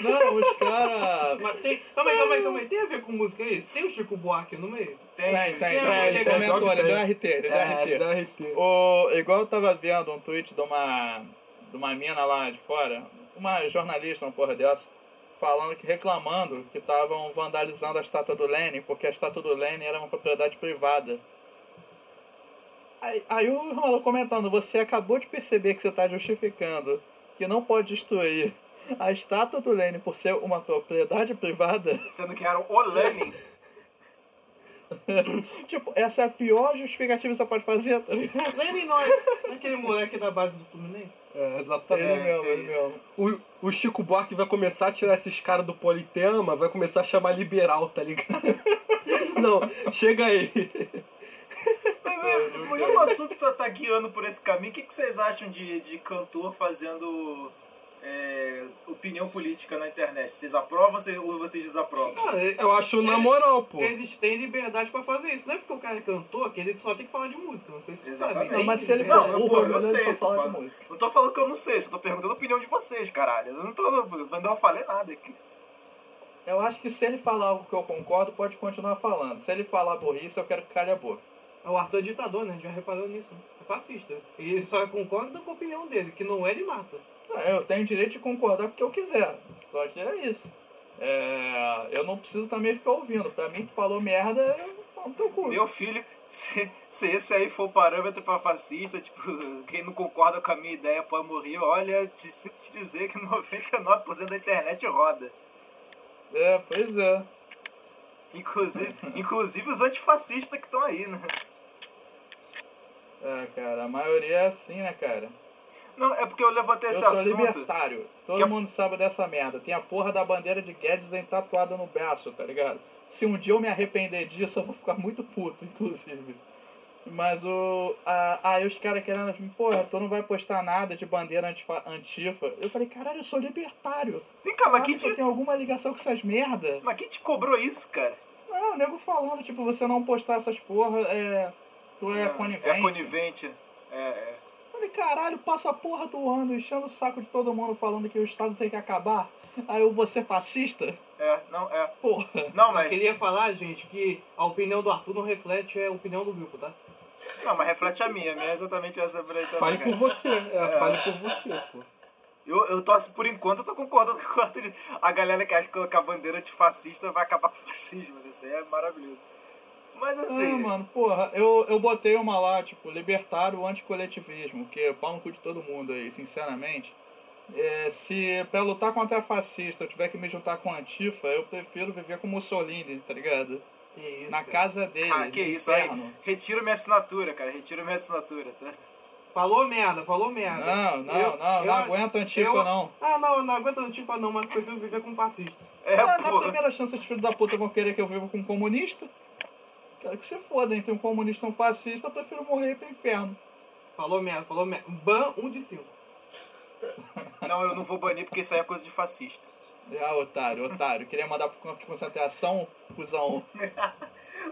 E: Não, os caras.
F: Mas tem... Calma aí, calma aí, calma aí. Tem a ver com música é isso? Tem o Chico Buarque no meio?
E: Tem, tem,
F: É,
E: tem. tá, Ele
F: legal,
E: comentou,
H: legal que
E: ele deu
H: tem.
E: RT, ele deu
H: É,
E: RT.
H: dá RT.
E: O, igual eu tava vendo um tweet de uma, de uma mina lá de fora, uma jornalista, uma porra dessa, falando que reclamando que estavam vandalizando a estátua do Lenin, porque a estátua do Lenin era uma propriedade privada. Aí, aí o maluco comentando, você acabou de perceber que você está justificando que não pode destruir a estátua do Lenin por ser uma propriedade privada.
D: Sendo que era o Lenin.
E: Tipo, essa é a pior justificativa que você pode fazer, tá ligado?
F: Lembra em nós, é aquele moleque da base do Fluminense?
H: É,
E: Ele
H: exatamente.
D: É,
E: mesmo,
D: isso aí.
E: ele mesmo.
H: O, o Chico Buarque vai começar a tirar esses caras do Politema, vai começar a chamar liberal, tá ligado? Não, chega aí.
D: Mas, mas, mas o assunto que tá, tá guiando por esse caminho, o que, que vocês acham de, de cantor fazendo é, opinião política na internet? Vocês aprovam ou vocês- ou vocês desaprovam?
F: Cara,
H: Eu acho na moral, pô.
F: eles têm liberdade pra fazer isso. Não é porque o cara cantou que ele só tem que falar de música. Não sei se você sabe.
D: Exatamente.
E: Não, mas se ele
D: Não,
E: for
D: eu-
E: burro,
D: eu
E: mas ele
D: sei,
E: só
D: eu tô
E: fala de
D: falando.
E: música.
D: Não tô falando que eu não sei, só tô perguntando a opinião de vocês, caralho. Eu não tô. Eu não falei nada aqui.
E: Eu acho que se ele falar algo que eu concordo, pode continuar falando. Se ele falar burrice, eu quero que calhe a boca.
F: É o Arthur é ditador, né? A gente já reparou nisso. né? É fascista. Ele só concorda com a opinião dele, que não é ele mata.
E: Não, Eu tenho direito de concordar com o que eu quiser. Só que é isso. É, eu não preciso também ficar ouvindo. Pra mim, tu falou merda, eu pau no teu cu.
D: Meu filho, se, se esse aí for o parâmetro pra fascista, tipo, quem não concorda com a minha ideia pode morrer, olha, te, sinto te dizer que 99% da internet roda.
E: É, pois é.
D: Inclusive, inclusive os antifascistas que estão aí, né?
E: É, cara, a maioria é assim, né, cara?
D: Não, é porque eu levantei
E: eu
D: esse
E: sou
D: assunto.
E: libertário. Todo
D: Que- é-
E: mundo sabe dessa merda. Tem a porra da bandeira de Guedes em tatuada no braço, tá ligado? Se um dia eu me arrepender disso, eu vou ficar muito puto, inclusive. Mas o. a- Aí os caras querendo assim, porra, tu não vai postar nada de bandeira antifa. antifa. Eu falei, caralho, eu sou libertário.
D: Vem cá, mas
E: Acho
D: quem,
E: que eu
F: tipo,
D: te,
E: tenho alguma ligação com essas merda?
D: mas quem te cobrou isso, cara?
E: Não, o nego falando, tipo, você não postar essas porra, é. Tu é, conivente.
D: É conivente. É, é.
E: Falei, caralho, passa a porra do ano enchendo o saco de todo mundo falando que o Estado tem que acabar. Aí eu vou ser fascista?
D: É, não, é.
E: Porra.
D: Não,
F: Só
D: mas,
F: queria falar, gente, que a opinião do Arthur não reflete a opinião do grupo, tá?
D: não, mas reflete a minha. A minha é exatamente essa por aí também,
H: Fale
D: cara.
H: por você. É, fale por você, pô.
D: Eu, eu tô, assim, por enquanto, eu tô concordando com o Arthur. A galera que acha que colocar bandeira de fascista vai acabar com o fascismo. né? Isso aí é maravilhoso. Mas
E: Ah,
D: assim,
E: mano, porra, eu, eu botei uma lá, tipo, libertar o anticoletivismo, que é pau no cu de todo mundo aí, sinceramente. É, se pra lutar contra fascista eu tiver que me juntar com antifa, eu prefiro viver com Mussolini, tá ligado?
F: Que isso.
E: Na
F: cara.
E: casa dele.
D: ah, que
E: no
D: isso aí.
E: inferno.
D: Retiro minha assinatura, cara. Retiro minha assinatura, tá?
F: Falou merda, falou merda.
E: Não, não,
F: Eu-
E: não,
F: eu-
E: não aguento antifa,
F: eu-
E: não.
F: Ah, não, não aguento não te falar não, mas prefiro viver com um fascista.
D: É,
E: Ah, na
D: porra.
E: primeira chance, os filhos da puta vão querer que eu viva com um comunista. Quero que se foda, hein? Tem um comunista e um fascista, eu prefiro morrer e ir pro inferno.
F: Falou merda, falou merda. Ban 1 de 5.
D: Não, eu não vou banir porque isso aí é coisa de fascista.
E: Ah, otário, otário. Queria mandar pro campo de concentração, cuzão.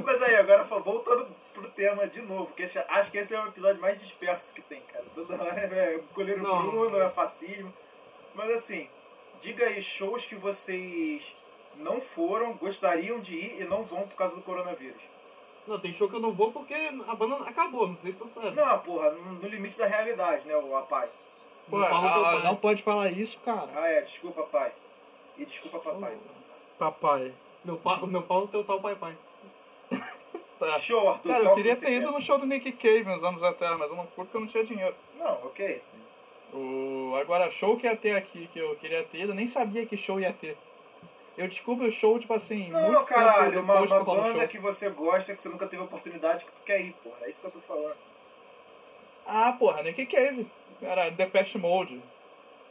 D: Mas aí, agora foi voltando pro tema de novo, que esse- acho que esse é o episódio mais disperso que tem, cara. Toda hora é goleiro
F: Não.
D: Bruno, é fascismo. Mas assim, diga aí shows que vocês não foram, gostariam de ir e não vão por causa do coronavírus.
F: Não, tem show que eu não vou porque a banda acabou, não sei se tu sabe.
D: Não, ah, porra, no no limite da realidade, né, o pai.
E: Pô,
F: Não fala do teu
E: ah,
F: pai.
E: não pode falar isso, cara.
D: Ah, é, desculpa, pai. E desculpa, papai.
H: Papai.
F: Meu, pau, meu pau no teu tal pai pai.
E: Tá.
D: Show, Arthur.
E: Cara, eu
D: qual
E: queria
D: que você
E: ter
D: quer?
E: ido no show do Nick Cave uns anos atrás, mas eu não fui porque eu não tinha dinheiro.
D: Não, ok.
E: O... Agora, show que ia ter aqui, que eu queria ter ido, nem sabia que show ia ter. Eu descubro o show, tipo assim,
D: Não,
E: muito
D: caralho,
E: tempo
D: uma,
E: depois
D: uma
E: que rola o
D: banda
E: show.
D: que você gosta, que você nunca teve oportunidade, que tu quer ir, porra. É isso que eu tô falando.
E: Ah, porra, Nick Cave. Caralho, Depeche Mode.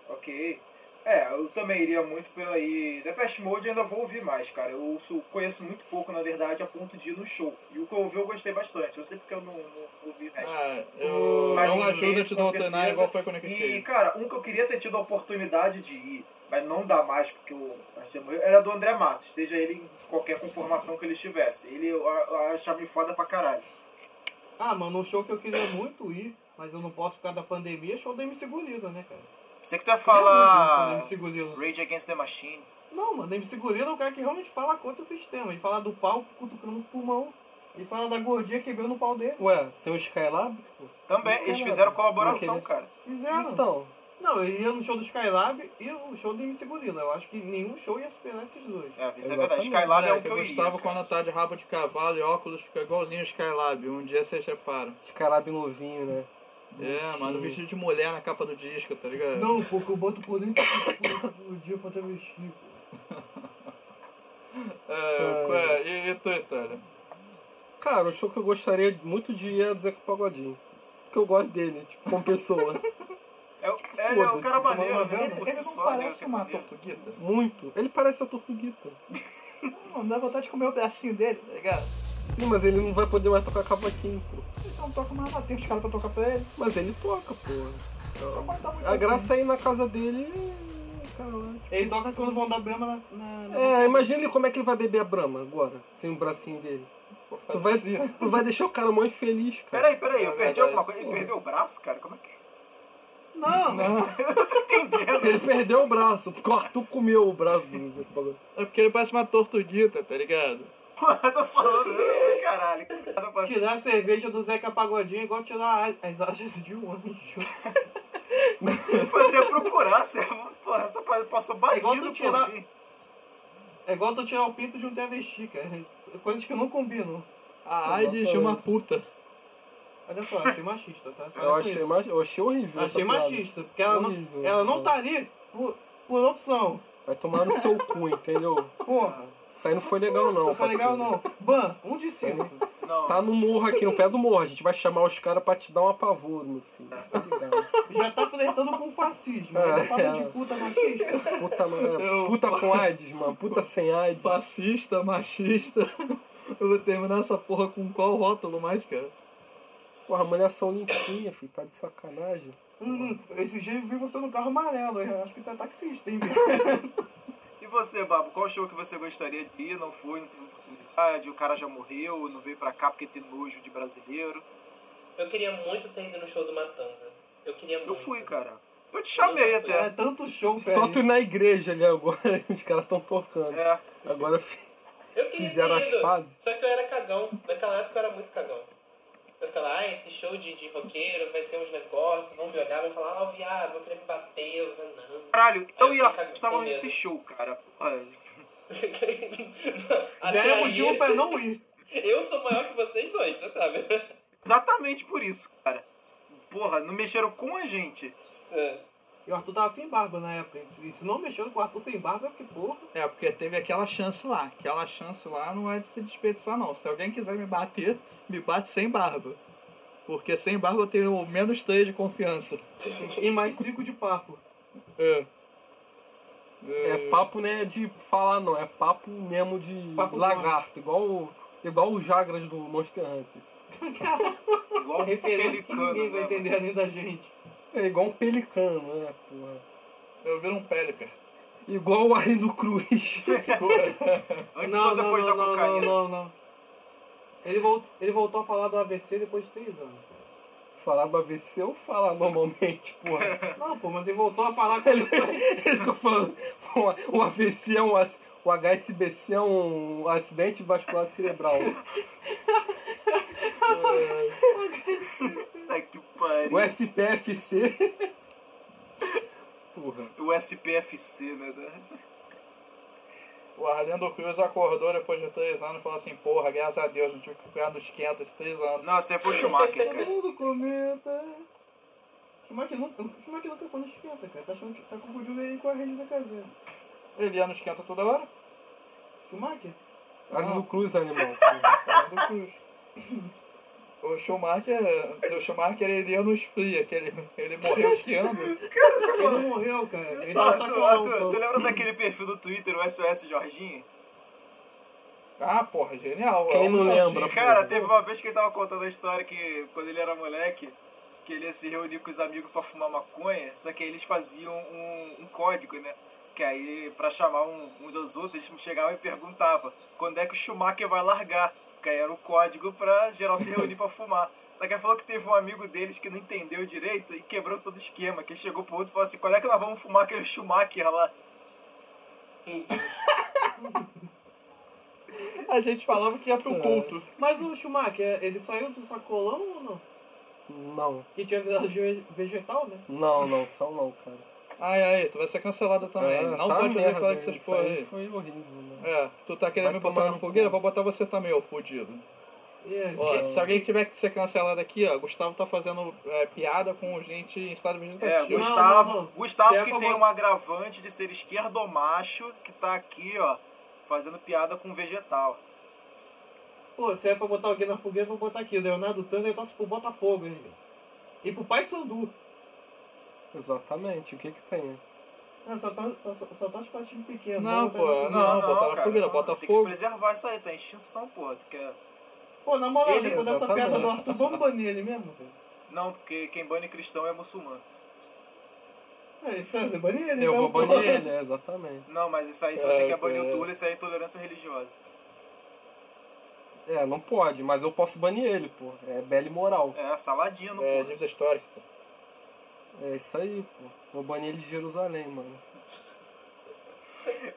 D: Ok. É, eu também iria muito pela aí. Depeche Mode eu ainda vou ouvir mais, cara. Eu ouço- conheço muito pouco, na verdade, a ponto de ir no show. E o que eu ouvi eu gostei bastante. Eu sei porque eu não, não ouvi o resto.
E: Ah, eu,
D: Mas
E: eu
D: Hum, Nick
E: ajudo a
D: Cave,
E: te
D: com
E: doutrinar
D: certeza.
E: igual foi com o Nick
D: E,
E: Cave.
D: cara, um é que eu queria ter tido a oportunidade de ir, mas não dá mais porque o Marcelo morreu, era do André Matos, seja ele em qualquer conformação que ele estivesse. Ele eu a- achava ele foda pra caralho.
F: Ah, mano, um show que eu queria muito ir, mas eu não posso por causa da pandemia, é show do MC Gorila, né, cara? é
D: Você é que tu ia
F: Fala!
D: falar
F: MC Gorila.
D: Rage Against the Machine.
F: Não, mano, MC Gorila é o cara que realmente fala contra o sistema. Ele fala do pau cutucando o pulmão. Ele fala da gordinha quebrando o pau dele.
H: Ué, seu Skylab? pô?
D: Também,
H: Não,
D: eles
H: cara,
D: fizeram colaboração,
H: aquele-
D: cara.
F: Fizeram.
H: Então,
F: Não, eu ia no show do Skylab e no show do MC Gorila. Eu acho que nenhum show ia superar esses dois.
D: É, isso é verdade.
H: Exatamente,
D: Skylab é o
E: Moleque,
D: que eu
E: o
D: iria.
E: Gustavo,
D: cara.
E: quando tá de rabo de cavalo e óculos, fica igualzinho o Skylab. Um dia vocês separam.
H: Skylab novinho, né?
E: É,
H: Sim.
E: mano, vestido de mulher na capa do disco, tá ligado?
F: Não, porque eu boto por dentro do dia pra ter vestido.
E: É, qual é? E, e tu, Itália?
H: Cara, o show que eu gostaria muito de ir é do Zeca Pagodinho. Porque eu gosto dele, tipo, como pessoa.
D: É, o- é, ele é um
H: Foda-se,
D: cara maneiro, né?
F: tá Ele,
D: Por
F: ele
D: si
F: não
D: só, né,
F: parece
D: tem
F: uma
D: poder.
F: tortuguita?
H: Muito. Ele parece a Tortuguita.
F: é Não, dá vontade de comer o pedacinho dele, tá ligado?
H: Sim, mas ele não vai poder mais tocar cavaquinho, pô.
F: Então toca mais lá, tem os caras pra tocar pra ele.
H: Mas ele toca, pô.
F: Só pra dar muito
H: A graça é ir na casa dele e. tipo, Caralho.
F: Ele toca quando vão dar brama na. na, na
H: É, imagina ele como é que ele vai beber a brama agora, sem o bracinho dele. Tu vai,
E: Assim,
H: tu vai deixar o cara mó infeliz, cara.
D: Peraí, peraí, eu
F: É
D: perdi alguma coisa. Ele perdeu o braço, cara? Como é que. tá
F: Não, não.
H: Ele perdeu o braço, porque o Arthur comeu o braço do Zeca Pagodinho.
E: É porque ele parece uma tortuguita, tá ligado?
D: Porra, eu tô falando. Caralho, cara, eu posso-
F: Tirar a cerveja do Zeca Pagodinho é igual tirar as, as asas de um anjo.
D: foi até procurar, você. Porra, essa parada passou
F: É igual tu
D: batido
F: tirar-
D: por mim.
F: É igual tu tirar o pinto de um travesti, cara. Coisas que não combinam.
E: A AIDS de uma puta.
F: Olha só, achei machista, tá? Para
H: Eu
F: com
H: achei,
F: isso.
H: ma- eu achei horrível. essa
F: Achei
H: piada.
F: machista, porque ela não,
H: Horrível,
F: ela não
H: cara.
F: tá ali por, por opção.
H: Vai tomar no seu cu, entendeu?
F: Porra,
H: Isso aí não foi legal, não.
F: não foi legal
H: parceiro.
F: não. Ban, um de cinco.
D: Não,
H: Tá no morro aqui, no pé do morro. A gente vai chamar os caras pra te dar um apavoro, meu filho. Fica ligado.
F: Já tá flertando com o fascismo.
H: Ah,
F: Ainda fala
H: é.
F: de puta machista.
H: Puta, mano. é
E: Eu-
H: Puta com AIDS, mano. Puta sem AIDS.
E: Fascista, machista. Eu vou terminar essa porra com qual rótulo mais, cara?
H: Porra, mulher são limpinha, filho. Tá de sacanagem.
F: Hum, esse dia eu vi você no carro amarelo. Eu acho que tá taxista, hein, bicho?
D: E você, Babo, qual show que você gostaria de ir? Não foi, não teve oportunidade, o cara já morreu, não veio pra cá porque tem nojo de brasileiro.
G: Eu queria muito ter ido no show do Matanza. Eu queria muito.
D: Eu fui, cara. Eu te chamei
F: É
D: até.
F: tanto show, cara.
H: Só tu ir na igreja ali agora. Os caras tão tocando.
D: É.
H: Agora, filho.
G: Eu queria
H: Fizeram
G: ter
H: as
G: ido,
H: pazes?
G: Só que eu era cagão. Naquela época eu era muito cagão. Eu ficava, ah, esse show de, de roqueiro vai ter uns negócios, vão me olhar, vão falar, ah, o viado, vão querer me bater. Eu falava, não.
D: Caralho, eu
G: Aí
D: e a
G: eu fiquei
D: estavam
G: com medo.
D: nesse show, cara. Porra.
F: Já
G: Até
F: era
G: é aí,
F: motivo pra não ir.
G: eu sou maior que vocês dois, você sabe. né?
D: Exatamente por isso, cara. Porra, não mexeram com a gente.
G: É.
F: E o Arthur tava sem barba na época. E se não mexendo com o Arthur sem barba, é porque, porra.
E: É, porque teve aquela chance lá. Aquela chance lá não é de se desperdiçar, não. Se alguém quiser me bater, me bate sem barba. Porque sem barba eu tenho menos 3 de confiança.
F: E mais cinco de papo.
E: É.
H: É papo, né, de falar, não. É papo mesmo de
F: Papo
H: lagarto. Igual, o- igual os Jagras do Monster Hunter.
D: Igual um
F: Referência que ninguém
D: pelicano,
F: vai
D: né? mano?
F: entender além da gente.
H: É igual um pelicano, né, porra.
E: Eu viro um Pelican.
H: Igual o Arindo Cruz.
D: Antes ou depois da cocaína.
F: Não, não, não. Ele, vol- ele voltou a falar do ABC depois de três anos.
H: falar do AVC ou falar normalmente, porra.
F: Não, pô, mas ele voltou a falar com ele.
H: Ele ficou falando, "Pô, o AVC é um. ac- O HSBC é um acidente vascular cerebral.
D: Puta que
H: O
D: pariu.
H: SPFC. Porra.
D: O SPFC, né?
E: O Arlindo Cruz acordou depois de 3 anos e falou assim, porra, graças a Deus, não tive que ficar nos 500 3 anos.
D: Nossa, é foi o Schumacher,
F: Todo
D: cara.
F: mundo comenta. Schumacher nunca, Schumacher nunca foi no esquenta, cara. Tá achando que tá confundindo ele com a Regina Casé.
E: Ele ia nos 500 toda hora.
F: Schumacher?
H: Arindo Cruz, animal. porra.
E: Arlindo Cruz. O Schumacher, o Schumacher ele ia nos free, que ele, ele morreu esquiando.
F: Ele não morreu, cara. Ele tá
D: Ah, tu, ah,
F: sacolão
D: tu, tu
F: só.
D: lembra daquele perfil do Twitter, o SOS Jorginho?
E: Ah, porra, genial.
H: Quem
E: É um
H: não
E: Jorginho.
H: lembra?
D: Cara, teve uma vez que ele tava contando a história que quando ele era moleque, que ele ia se reunir com os amigos pra fumar maconha, só que aí eles faziam um, um código, né? Que aí, pra chamar um- uns aos outros, eles chegavam e perguntavam quando é que o Schumacher vai largar. Que aí era o código pra geral se reunir pra fumar. Só que aí falou que teve um amigo deles que não entendeu direito e quebrou todo o esquema. Que chegou pro outro e falou assim: quando é que nós vamos fumar aquele Schumacher lá?
E: A gente falava que ia pro culto.
F: Mas o Schumacher, ele saiu do sacolão ou não?
H: Não,
F: Que tinha virado ve- vegetal, né?
H: não, não, só não, cara.
E: Ai, ai, tu vai ser cancelada também. é,
H: Ah,
E: não
H: tá
E: pode fazer
H: merda,
E: falar que essas
H: isso
E: porra
H: aí
E: aí.
H: Foi horrível, né? mano.
E: É, tu tá querendo
H: Vai
E: me
H: tomar
E: botar
H: no
E: na fogueira?
H: cu.
E: Vou botar você também, ô fudido.
F: E é,
E: Ó,
F: esquece.
E: se alguém tiver que ser cancelado aqui, ó, Gustavo tá fazendo é, piada com gente em estado
D: É,
E: vegetativo.
D: Gustavo,
F: não, não.
D: Gustavo
F: Você é
D: que
F: a
D: tem
F: favor-
D: um agravante de ser esquerdomacho, que tá aqui, ó, fazendo piada com vegetal.
F: pô, se é pra botar alguém na fogueira, eu vou botar aqui. Leonardo Turner torce pro Botafogo, hein, velho? E pro Pai Sandu.
H: Exatamente, o que que tem?
F: Ah, só torce, só, só torce pra time pequeno.
E: Não,
F: vamos botar ele na
E: pô,
F: fogueira.
E: não, botar na
D: cara,
E: fogueira,
D: não,
E: bota
D: Tem que
E: fogo.
D: preservar isso aí, tá em extinção, porra. Tu quer...
F: Pô, na moral,
D: Ele,
F: depois dessa
H: exatamente.
F: piada do Arthur, vamos banir ele mesmo, velho.
D: Não, porque quem bane cristão é muçulmano.
F: É, Turner, banir ele,
H: Eu
F: então,
H: vou
F: pô.
H: banir ele, é, exatamente.
D: Não, mas isso aí, se
E: É,
D: você quer banir
E: cara.
D: o Tula, isso aí é intolerância religiosa.
H: É, não pode, mas eu posso banir ele, pô. É bela e moral.
D: É, saladino,
E: É,
D: porra.
E: dívida histórica.
H: É isso aí, pô. Vou banir ele de Jerusalém, mano.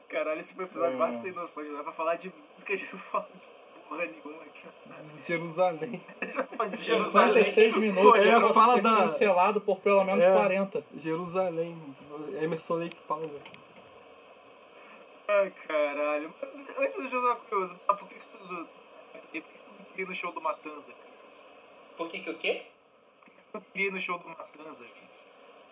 D: Caralho, esse foi um episódio
E: É.
D: mais sem noção. Já dá pra falar de música, já não fala de porra nenhuma aqui.
H: De Jerusalém.
D: Já fala de Jerusalém.
E: 56 minutos,
H: É,
E: eu posso
H: fala
E: ser
H: da-
E: cancelado por pelo menos
H: É.
E: 40.
H: Jerusalém. Emerson Lake Palmer.
D: Ai, caralho. Mas Antes do jogo, eu tava curioso. Ah, por que que tu usou- por que que tu não queria ir no show do Matanza? cara?
G: Por que que o quê?
D: Eu queria ir no show do Matanza. cara.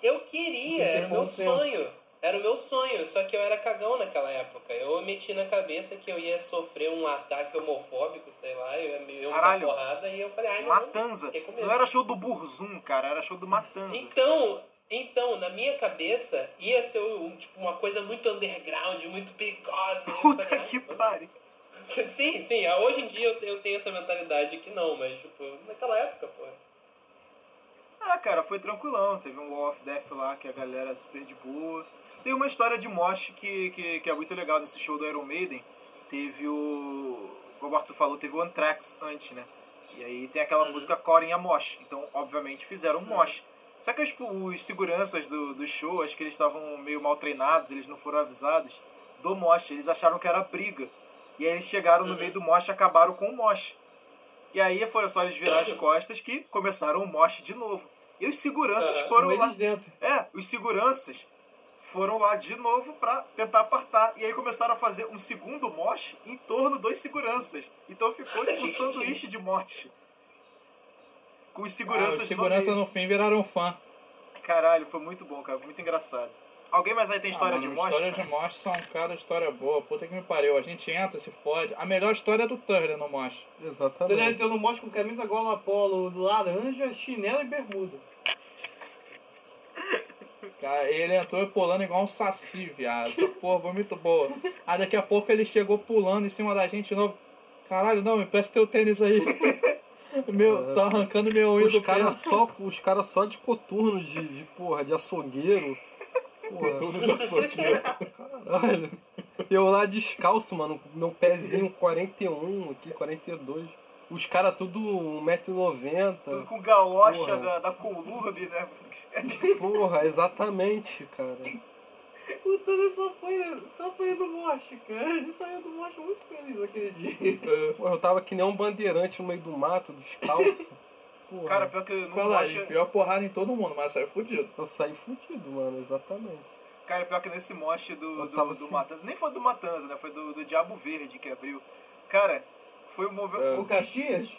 G: Eu queria,
F: Tem
G: era o meu
F: bom senso.
G: sonho. Era o meu sonho, só que eu era cagão naquela época. Eu meti na cabeça que eu ia sofrer um ataque homofóbico, sei lá, eu ia me deu uma
D: Caralho.
G: porrada e eu falei, ai, não, não.
D: Matanza.
G: Fiquei com medo.
D: Não era show do Burzum, cara. Era show do Matanza.
G: Então, então, na minha cabeça, ia ser um, tipo, uma coisa muito underground, muito perigosa. Eu falei,
D: Puta
G: ai,
D: que
G: não.
D: pariu.
G: Sim, sim, ah, hoje em dia eu, eu tenho essa mentalidade que não, mas tipo, naquela época, pô.
D: Ah, cara, foi tranquilão. Teve um Wall of Death lá que a galera é super de boa. Tem uma história de mosh que, que, que é muito legal nesse show do Iron Maiden. Teve o. Como o Arthur falou, teve o Anthrax antes, né? E aí tem aquela música Corem a Mosh. Então, obviamente, fizeram um mosh. Só que os, os seguranças do, do show, acho que eles estavam meio mal treinados, eles não foram avisados do mosh. Eles acharam que era briga. E aí eles chegaram no meio do mosh e acabaram com o mosh. E aí foram só eles virar as costas que começaram o mosh de novo. E os seguranças
G: Ah,
D: foram
F: Com
D: lá.
F: eles dentro.
D: É, os seguranças foram lá de novo pra tentar apartar. E aí começaram a fazer um segundo mosh em torno dos seguranças. Então ficou tipo um sanduíche de mosh. Com os
E: Ah,
D: seguranças
E: os
D: no
E: seguranças
D: meio.
E: no fim viraram fã.
D: Caralho, foi muito bom, cara. Foi muito engraçado. Alguém mais aí tem história
E: Ah,
D: de
E: mano,
D: mosh?
E: História de Mosh são cada história boa. Puta que me pariu. A gente entra, se fode. A melhor história é do Turner no Mosh.
F: Ele é,
H: Exatamente.
F: entrou no monte com camisa gola polo, laranja, chinelo e bermuda.
E: Cara, Ele entrou pulando igual um saci, viado. Essa porra foi muito boa. Aí daqui a pouco ele chegou pulando em cima da gente de novo. Caralho, não, me presta teu tênis aí. Meu, tá arrancando meu unha
H: Os
E: do
H: caras
E: tênis.
H: só, os cara só de coturno, de, de porra, de açougueiro. Porra,
E: Todo já sou aqui, ó.
H: caralho. Eu lá descalço, mano, com meu pezinho 41 aqui, 42. Os caras tudo 1,90m.
D: Tudo com galocha
H: Porra.
D: da, da Colurbe, né?
H: Porra, exatamente, cara.
F: O Tana só foi, só foi do monte, cara. Ele saiu do monte muito feliz aquele dia.
H: Porra, eu tava que nem um bandeirante no meio do mato, descalço. Porra,
D: Cara, pior que no
E: Fala
D: mosh.
E: aí, enfiou a porrada em todo mundo, mas saiu fudido.
H: eu saí fudido, mano, exatamente.
D: Cara, pior que nesse mosh do, do,
H: Eu tava
D: do
H: assim.
D: Matanza. Nem foi do Matanza, né? Foi do, do Diabo Verde que abriu. Cara, foi um momento.
E: É.
F: O Caxias?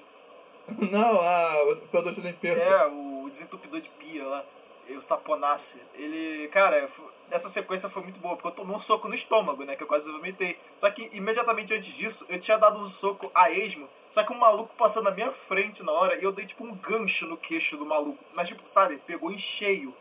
E: Não, a, o produto de limpeza.
D: É, o desentupidor de pia lá, e o saponace. Ele, cara, fu- essa sequência foi muito boa, porque eu tomei um soco no estômago, né, que eu quase vomitei. Só que imediatamente antes disso, eu tinha dado um soco a esmo, só que um maluco passou na minha frente na hora e eu dei tipo um gancho no queixo do maluco. Mas tipo, sabe, pegou em cheio.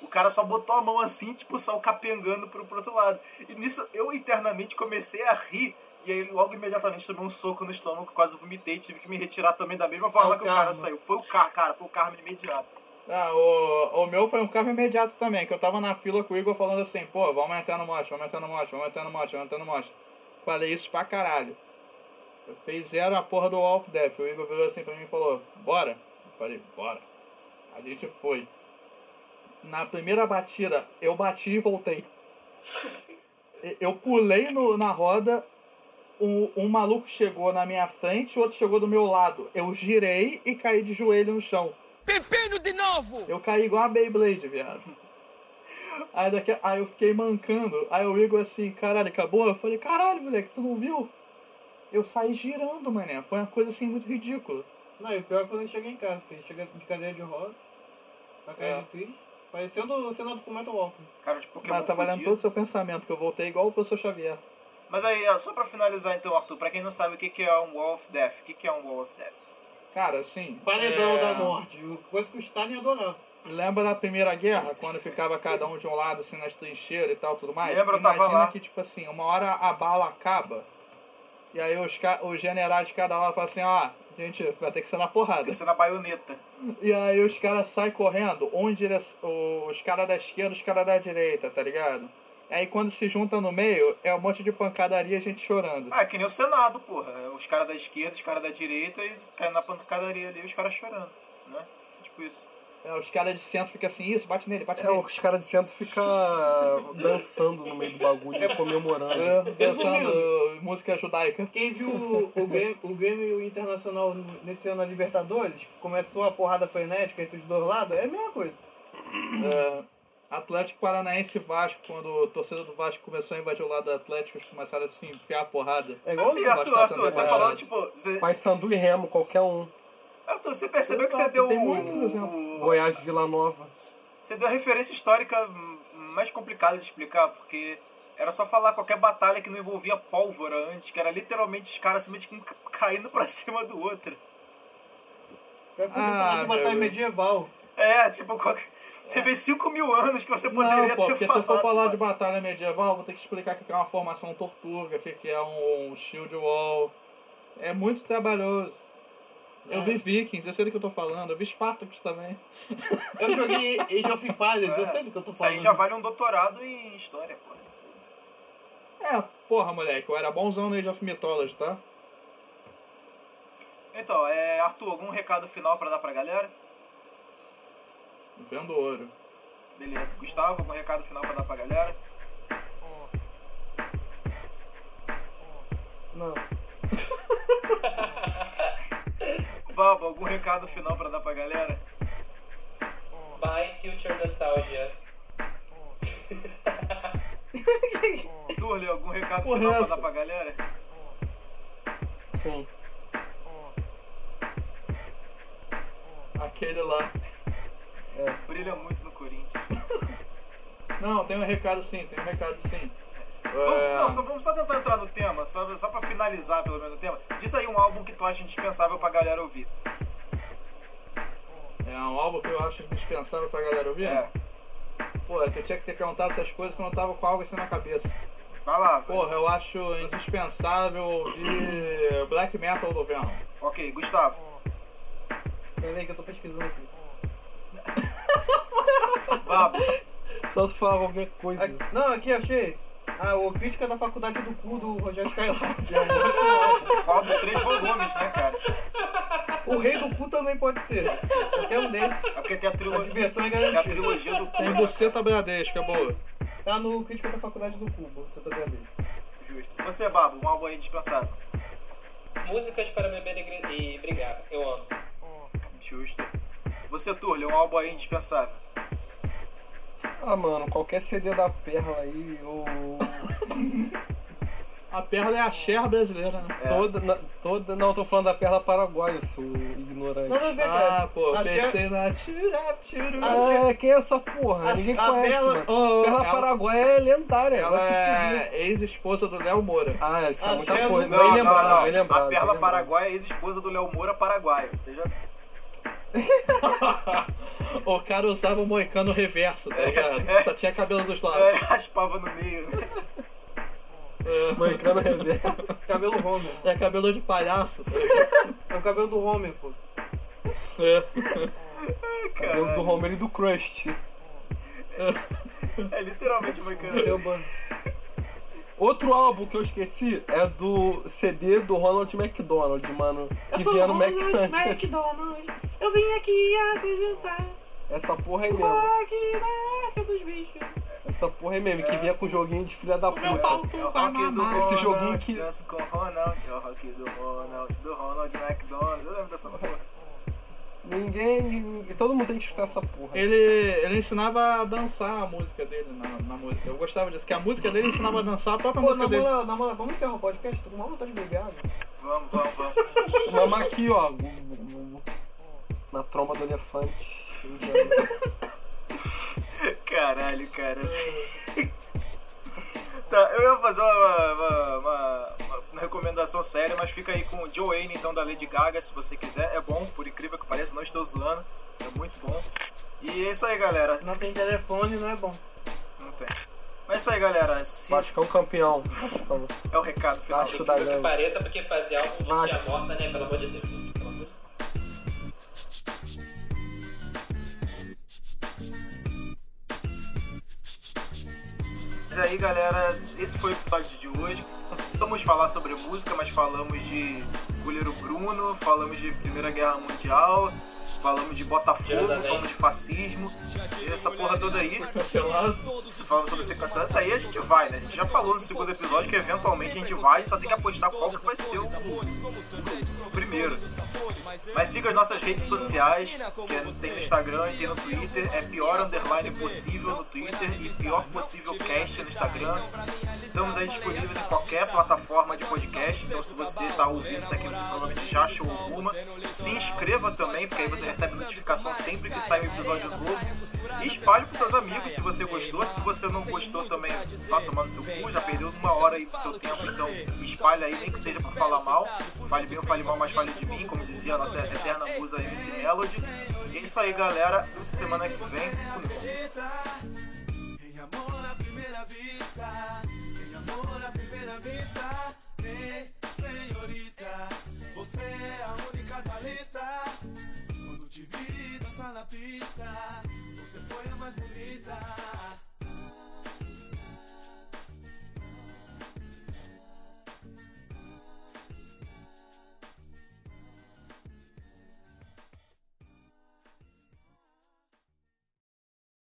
D: O cara só botou a mão assim, tipo, saiu capengando pro, pro outro lado. E nisso eu internamente comecei a rir. E aí logo imediatamente tomei um soco no estômago, quase vomitei, tive que me retirar também da mesma forma
F: É o
D: que o cara
F: karma.
D: saiu. Foi o carro, cara, foi o carro imediato.
E: Ah, o, o meu foi um carro imediato também, que eu tava na fila com o Igor falando assim, pô, vamos entrar no mosh, vamos entrar no mosh, vamos entrar no mosh, vamos entrar no mosh. Falei isso pra caralho. Eu fiz zero a porra do Wolf Death. O Igor virou assim pra mim e falou, bora? Eu falei, bora. A gente foi. Na primeira batida, eu bati e voltei. E- Eu pulei no- na roda, um, um maluco chegou na minha frente, o outro chegou do meu lado. Eu girei e caí de joelho no chão. Eu caí igual a Beyblade, viado. Aí, daqui, aí eu fiquei mancando. Aí o Igor assim, caralho, acabou? Eu falei, caralho, moleque, tu não viu? Eu saí girando, mané. Foi uma coisa assim muito ridícula.
F: Não, e o pior é quando ele chega em casa, porque ele chega de cadeira de roda, com a cadeira
E: É.
F: de trilho, parecendo o Senado com Metal Walker.
D: Cara, de Pokémon
F: tá
E: Mas trabalhando
D: fudido.
E: todo o seu pensamento, que eu voltei igual o professor Xavier.
D: Mas aí, ó, só pra finalizar então, Arthur, pra quem não sabe o que que é um Wall of Death, o que que é um Wall of Death?
E: Cara, assim.
F: Paredão
E: é,
F: da morte. Coisa que o Stalin adorava.
E: Lembra da Primeira Guerra, quando ficava cada um de um lado, assim, nas trincheiras e tal, tudo mais?
D: Lembro, eu tava
E: Imagina
D: lá.
E: que, tipo assim, uma hora a bala acaba, e aí os, ca- os generais de cada lado falam assim, ó, gente, vai ter que ser na porrada.
D: Tem que ser na baioneta.
E: E aí os caras saem correndo, um em direção, os caras da esquerda, os caras da direita, tá ligado? Aí quando se junta no meio, é um monte de pancadaria e gente chorando.
D: Ah, é que nem o Senado, porra. É Os caras da esquerda, os caras da direita e caindo na pancadaria ali, os caras chorando, né? Tipo isso.
E: É, os caras de centro ficam assim, isso, bate nele, bate
H: É,
E: nele.
H: os caras de centro ficam dançando no meio do bagulho, comemorando.
E: É, dançando música judaica.
F: Quem viu o, o, Grêmio, o Grêmio e o Internacional nesse ano na Libertadores, começou a porrada frenética entre os dois lados, é a mesma coisa.
E: É, Atlético Paranaense e Vasco, quando a torcida do Vasco começou a invadir o lado do Atlético, eles começaram assim, enfiar a porrada.
F: É igual
D: Assim,
F: assim,
D: Arthur,
E: bastasse
D: Arthur,
E: andar
D: você
E: com
D: falou,
E: ela.
D: tipo. Você,
H: Pai Sandu e Remo, qualquer um.
D: Arthur, você percebeu que você
E: Exato,
D: deu
E: tem
D: o-
E: muitos exemplos.
D: o-
H: Goiás e Vila Nova.
D: Você deu a referência histórica hum, mais complicada de explicar, porque era só falar qualquer batalha que não envolvia pólvora antes, que era literalmente os caras simplesmente ca- caindo pra cima do outro.
F: Eu podia
E: Ah,
F: falar de
E: meu
F: batalha
E: Deus.
F: medieval.
D: É, tipo, qualquer... teve 5 mil anos que você poderia
E: Não, pô,
D: ter
E: porque se
D: falado.
E: eu for falar de
D: cara.
E: batalha medieval, vou ter que explicar o que que é uma formação tortuga, o que que é um, um shield wall. É muito trabalhoso. Eu
D: É.
E: vi Vikings, eu sei do que eu tô falando, eu vi Spartacus também.
F: Eu joguei Age of Empires, eu sei do que eu tô
D: Isso
F: falando.
D: aí já vale um doutorado em história, pô. Isso aí.
E: É, porra, moleque, eu era bonzão no Age of Mythology, tá?
D: Então, é, Arthur, algum recado final pra dar pra galera?
E: Vendo ouro.
D: Beleza. Gustavo, algum recado final pra dar pra galera?
F: Não.
D: Babo, algum recado final pra dar pra galera?
G: Bye, Future Nostalgia.
D: Turley, algum recado
E: Porra,
D: final pra
E: essa.
D: dar pra galera?
H: Sim.
E: Aquele lá.
D: Brilha muito no Corinthians.
E: Não, tem um recado sim, tem um recado sim.
D: Vamos-
E: É,
D: Não, só, vamos só tentar entrar no tema, só, só pra finalizar pelo menos o tema. Diz aí um álbum que tu acha indispensável pra galera ouvir.
E: é um álbum que eu acho indispensável pra galera ouvir.
D: É.
E: Pô, é que eu tinha que ter perguntado essas coisas quando eu tava com algo assim na cabeça.
D: Vai lá.
E: Porra, eu acho indispensável ouvir black metal do Venom.
D: Ok, Gustavo.
F: Pera aí que eu tô pesquisando aqui.
D: Babo.
H: Só se falar qualquer coisa.
F: Aqui- não, aqui achei. Ah, o Crítica da Faculdade do Cu do Rogério Skylab. tá
D: Qual dos três volumes, né, cara?
F: o Rei do Cu também pode ser. Qualquer um desses.
D: É porque tem a
F: A
D: trilogia.
F: diversão é
D: Tem a
F: garantida.
D: trilogia do
E: Tem
D: cu.
E: você tá Bradesca, boa.
F: Tá no Crítica da Faculdade do Cu, você tá vendo aí.
D: Justo. Você, Babo, um álbum aí indispensável.
G: Músicas para beber e gri- e brigar. Eu amo.
D: Justo. Você, Turley, um álbum aí indispensável.
H: Ah, mano, qualquer CD da Perla aí, ou...
E: A Perla é a Cher brasileira, né?
H: Toda, na- toda... Não, eu tô falando da Perla Paraguai, eu sou ignorante.
F: Nada a ver,
E: Ah,
F: cara.
E: pô,
F: a
E: pensei na tira, tiro.
H: Ah, quem é essa porra?
F: A-
H: Ninguém
F: a
H: conhece,
F: Bela-
H: mano.
E: Oh,
H: Perla
E: ela-
H: Paraguai é lendária, vai
E: Ela
H: se fuder.
E: é ex-esposa do Léo Moura.
H: Ah, isso é
F: A
H: muita
F: Bela-
H: coisa.
F: Não,
H: Bem lembrado, bem
D: a
H: lembrado. bem
D: Perla
H: lembrado.
D: Paraguai é ex-esposa do Léo Moura Paraguai. Veja
E: O cara usava o moicano reverso, tá ligado? Só tinha cabelo dos
H: Ah.
D: É,
E: lados.
D: raspava no meio, né?
H: Moicano Reverso.
F: Cabelo Homer.
E: É cabelo de palhaço, tá ligado?
F: É o cabelo do Homer, pô.
H: Cabelo do Homer e do Crust.
D: É literalmente uma
F: Seu
D: canção.
F: bando.
H: Outro álbum que eu esqueci é do CD do Ronald McDonald, mano. Que vinha no McDonald's.
F: McDonald's. Eu vim aqui acreditar.
H: Essa porra aí mesmo.
F: Aqui na arca dos bichos.
H: Essa porra aí mesmo, que vinha com joguinho de filha da puta.
D: É o rock do Ronald,
H: Esse joguinho que-
D: Dance com Ronald, é o rock do Ronald, do Ronald McDonald. Eu lembro dessa porra.
H: Ninguém, ninguém- Todo mundo tem que escutar essa porra.
E: Ele, ele ensinava a dançar a música dele na, na música. Eu gostava disso, que a música dele ensinava a dançar a própria
F: Pô,
E: música
F: na
E: dele.
F: moral, na moral, vamos encerrar o podcast? Tô com uma vontade de brigar, velho.
D: Vamos, vamos, vamos.
H: Vamos aqui, ó. Na tromba do elefante.
D: Caralho, cara. Tá, eu ia fazer uma, uma- uma- uma recomendação séria, mas fica aí com o Joe Wayne, então, da Lady Gaga, se você quiser. É bom, por incrível que pareça, não estou zoando. É muito bom. E é isso aí, galera.
F: Não tem telefone, não é bom.
D: Não tem. Mas é isso aí, galera. Se-
H: Vascão é campeão. Vascão.
D: É o recado final.
H: Acho
G: Tem
H: da
G: que
H: Gama.
G: pareça, porque fazer álbum de
H: Vai.
G: tia morta, né? Pelo amor de Deus. Pelo amor de Deus.
D: Mas aí, galera, esse foi o episódio de hoje. Vamos falar sobre música, mas falamos de goleiro Bruno, falamos de Primeira Guerra Mundial, falamos de Botafogo,
G: Jerusalém.
D: falamos de fascismo, essa porra toda aí.
E: Cancelado.
D: Se falamos sobre ser cancelado, isso aí a gente vai, né? A gente já falou no segundo episódio que eventualmente a gente vai, só tem que apostar qual que vai ser o, o primeiro. Mas siga as nossas redes sociais, que é- tem no Instagram e tem no Twitter. É pior underline possível no Twitter e pior possível cast no Instagram. Estamos aí disponíveis em qualquer plataforma de podcast, então se você está ouvindo isso aqui, você provavelmente já achou alguma. Se inscreva também, porque aí você recebe notificação sempre que sai um episódio novo. E espalhe para seus amigos se você gostou. Se você não gostou também, tá tomando seu cu, já perdeu uma hora aí do seu tempo, então espalhe aí, nem que seja para falar mal. Fale bem ou fale mal, mas fale de mim, como dizia a nossa eterna musa MC Melody. É isso aí, galera. Semana que vem, tudo bom.
I: Em amor à primeira vista, em amor à primeira vista, ei, senhorita, você é a única da lista. Quando te vi dançar na pista, você foi a mais bonita.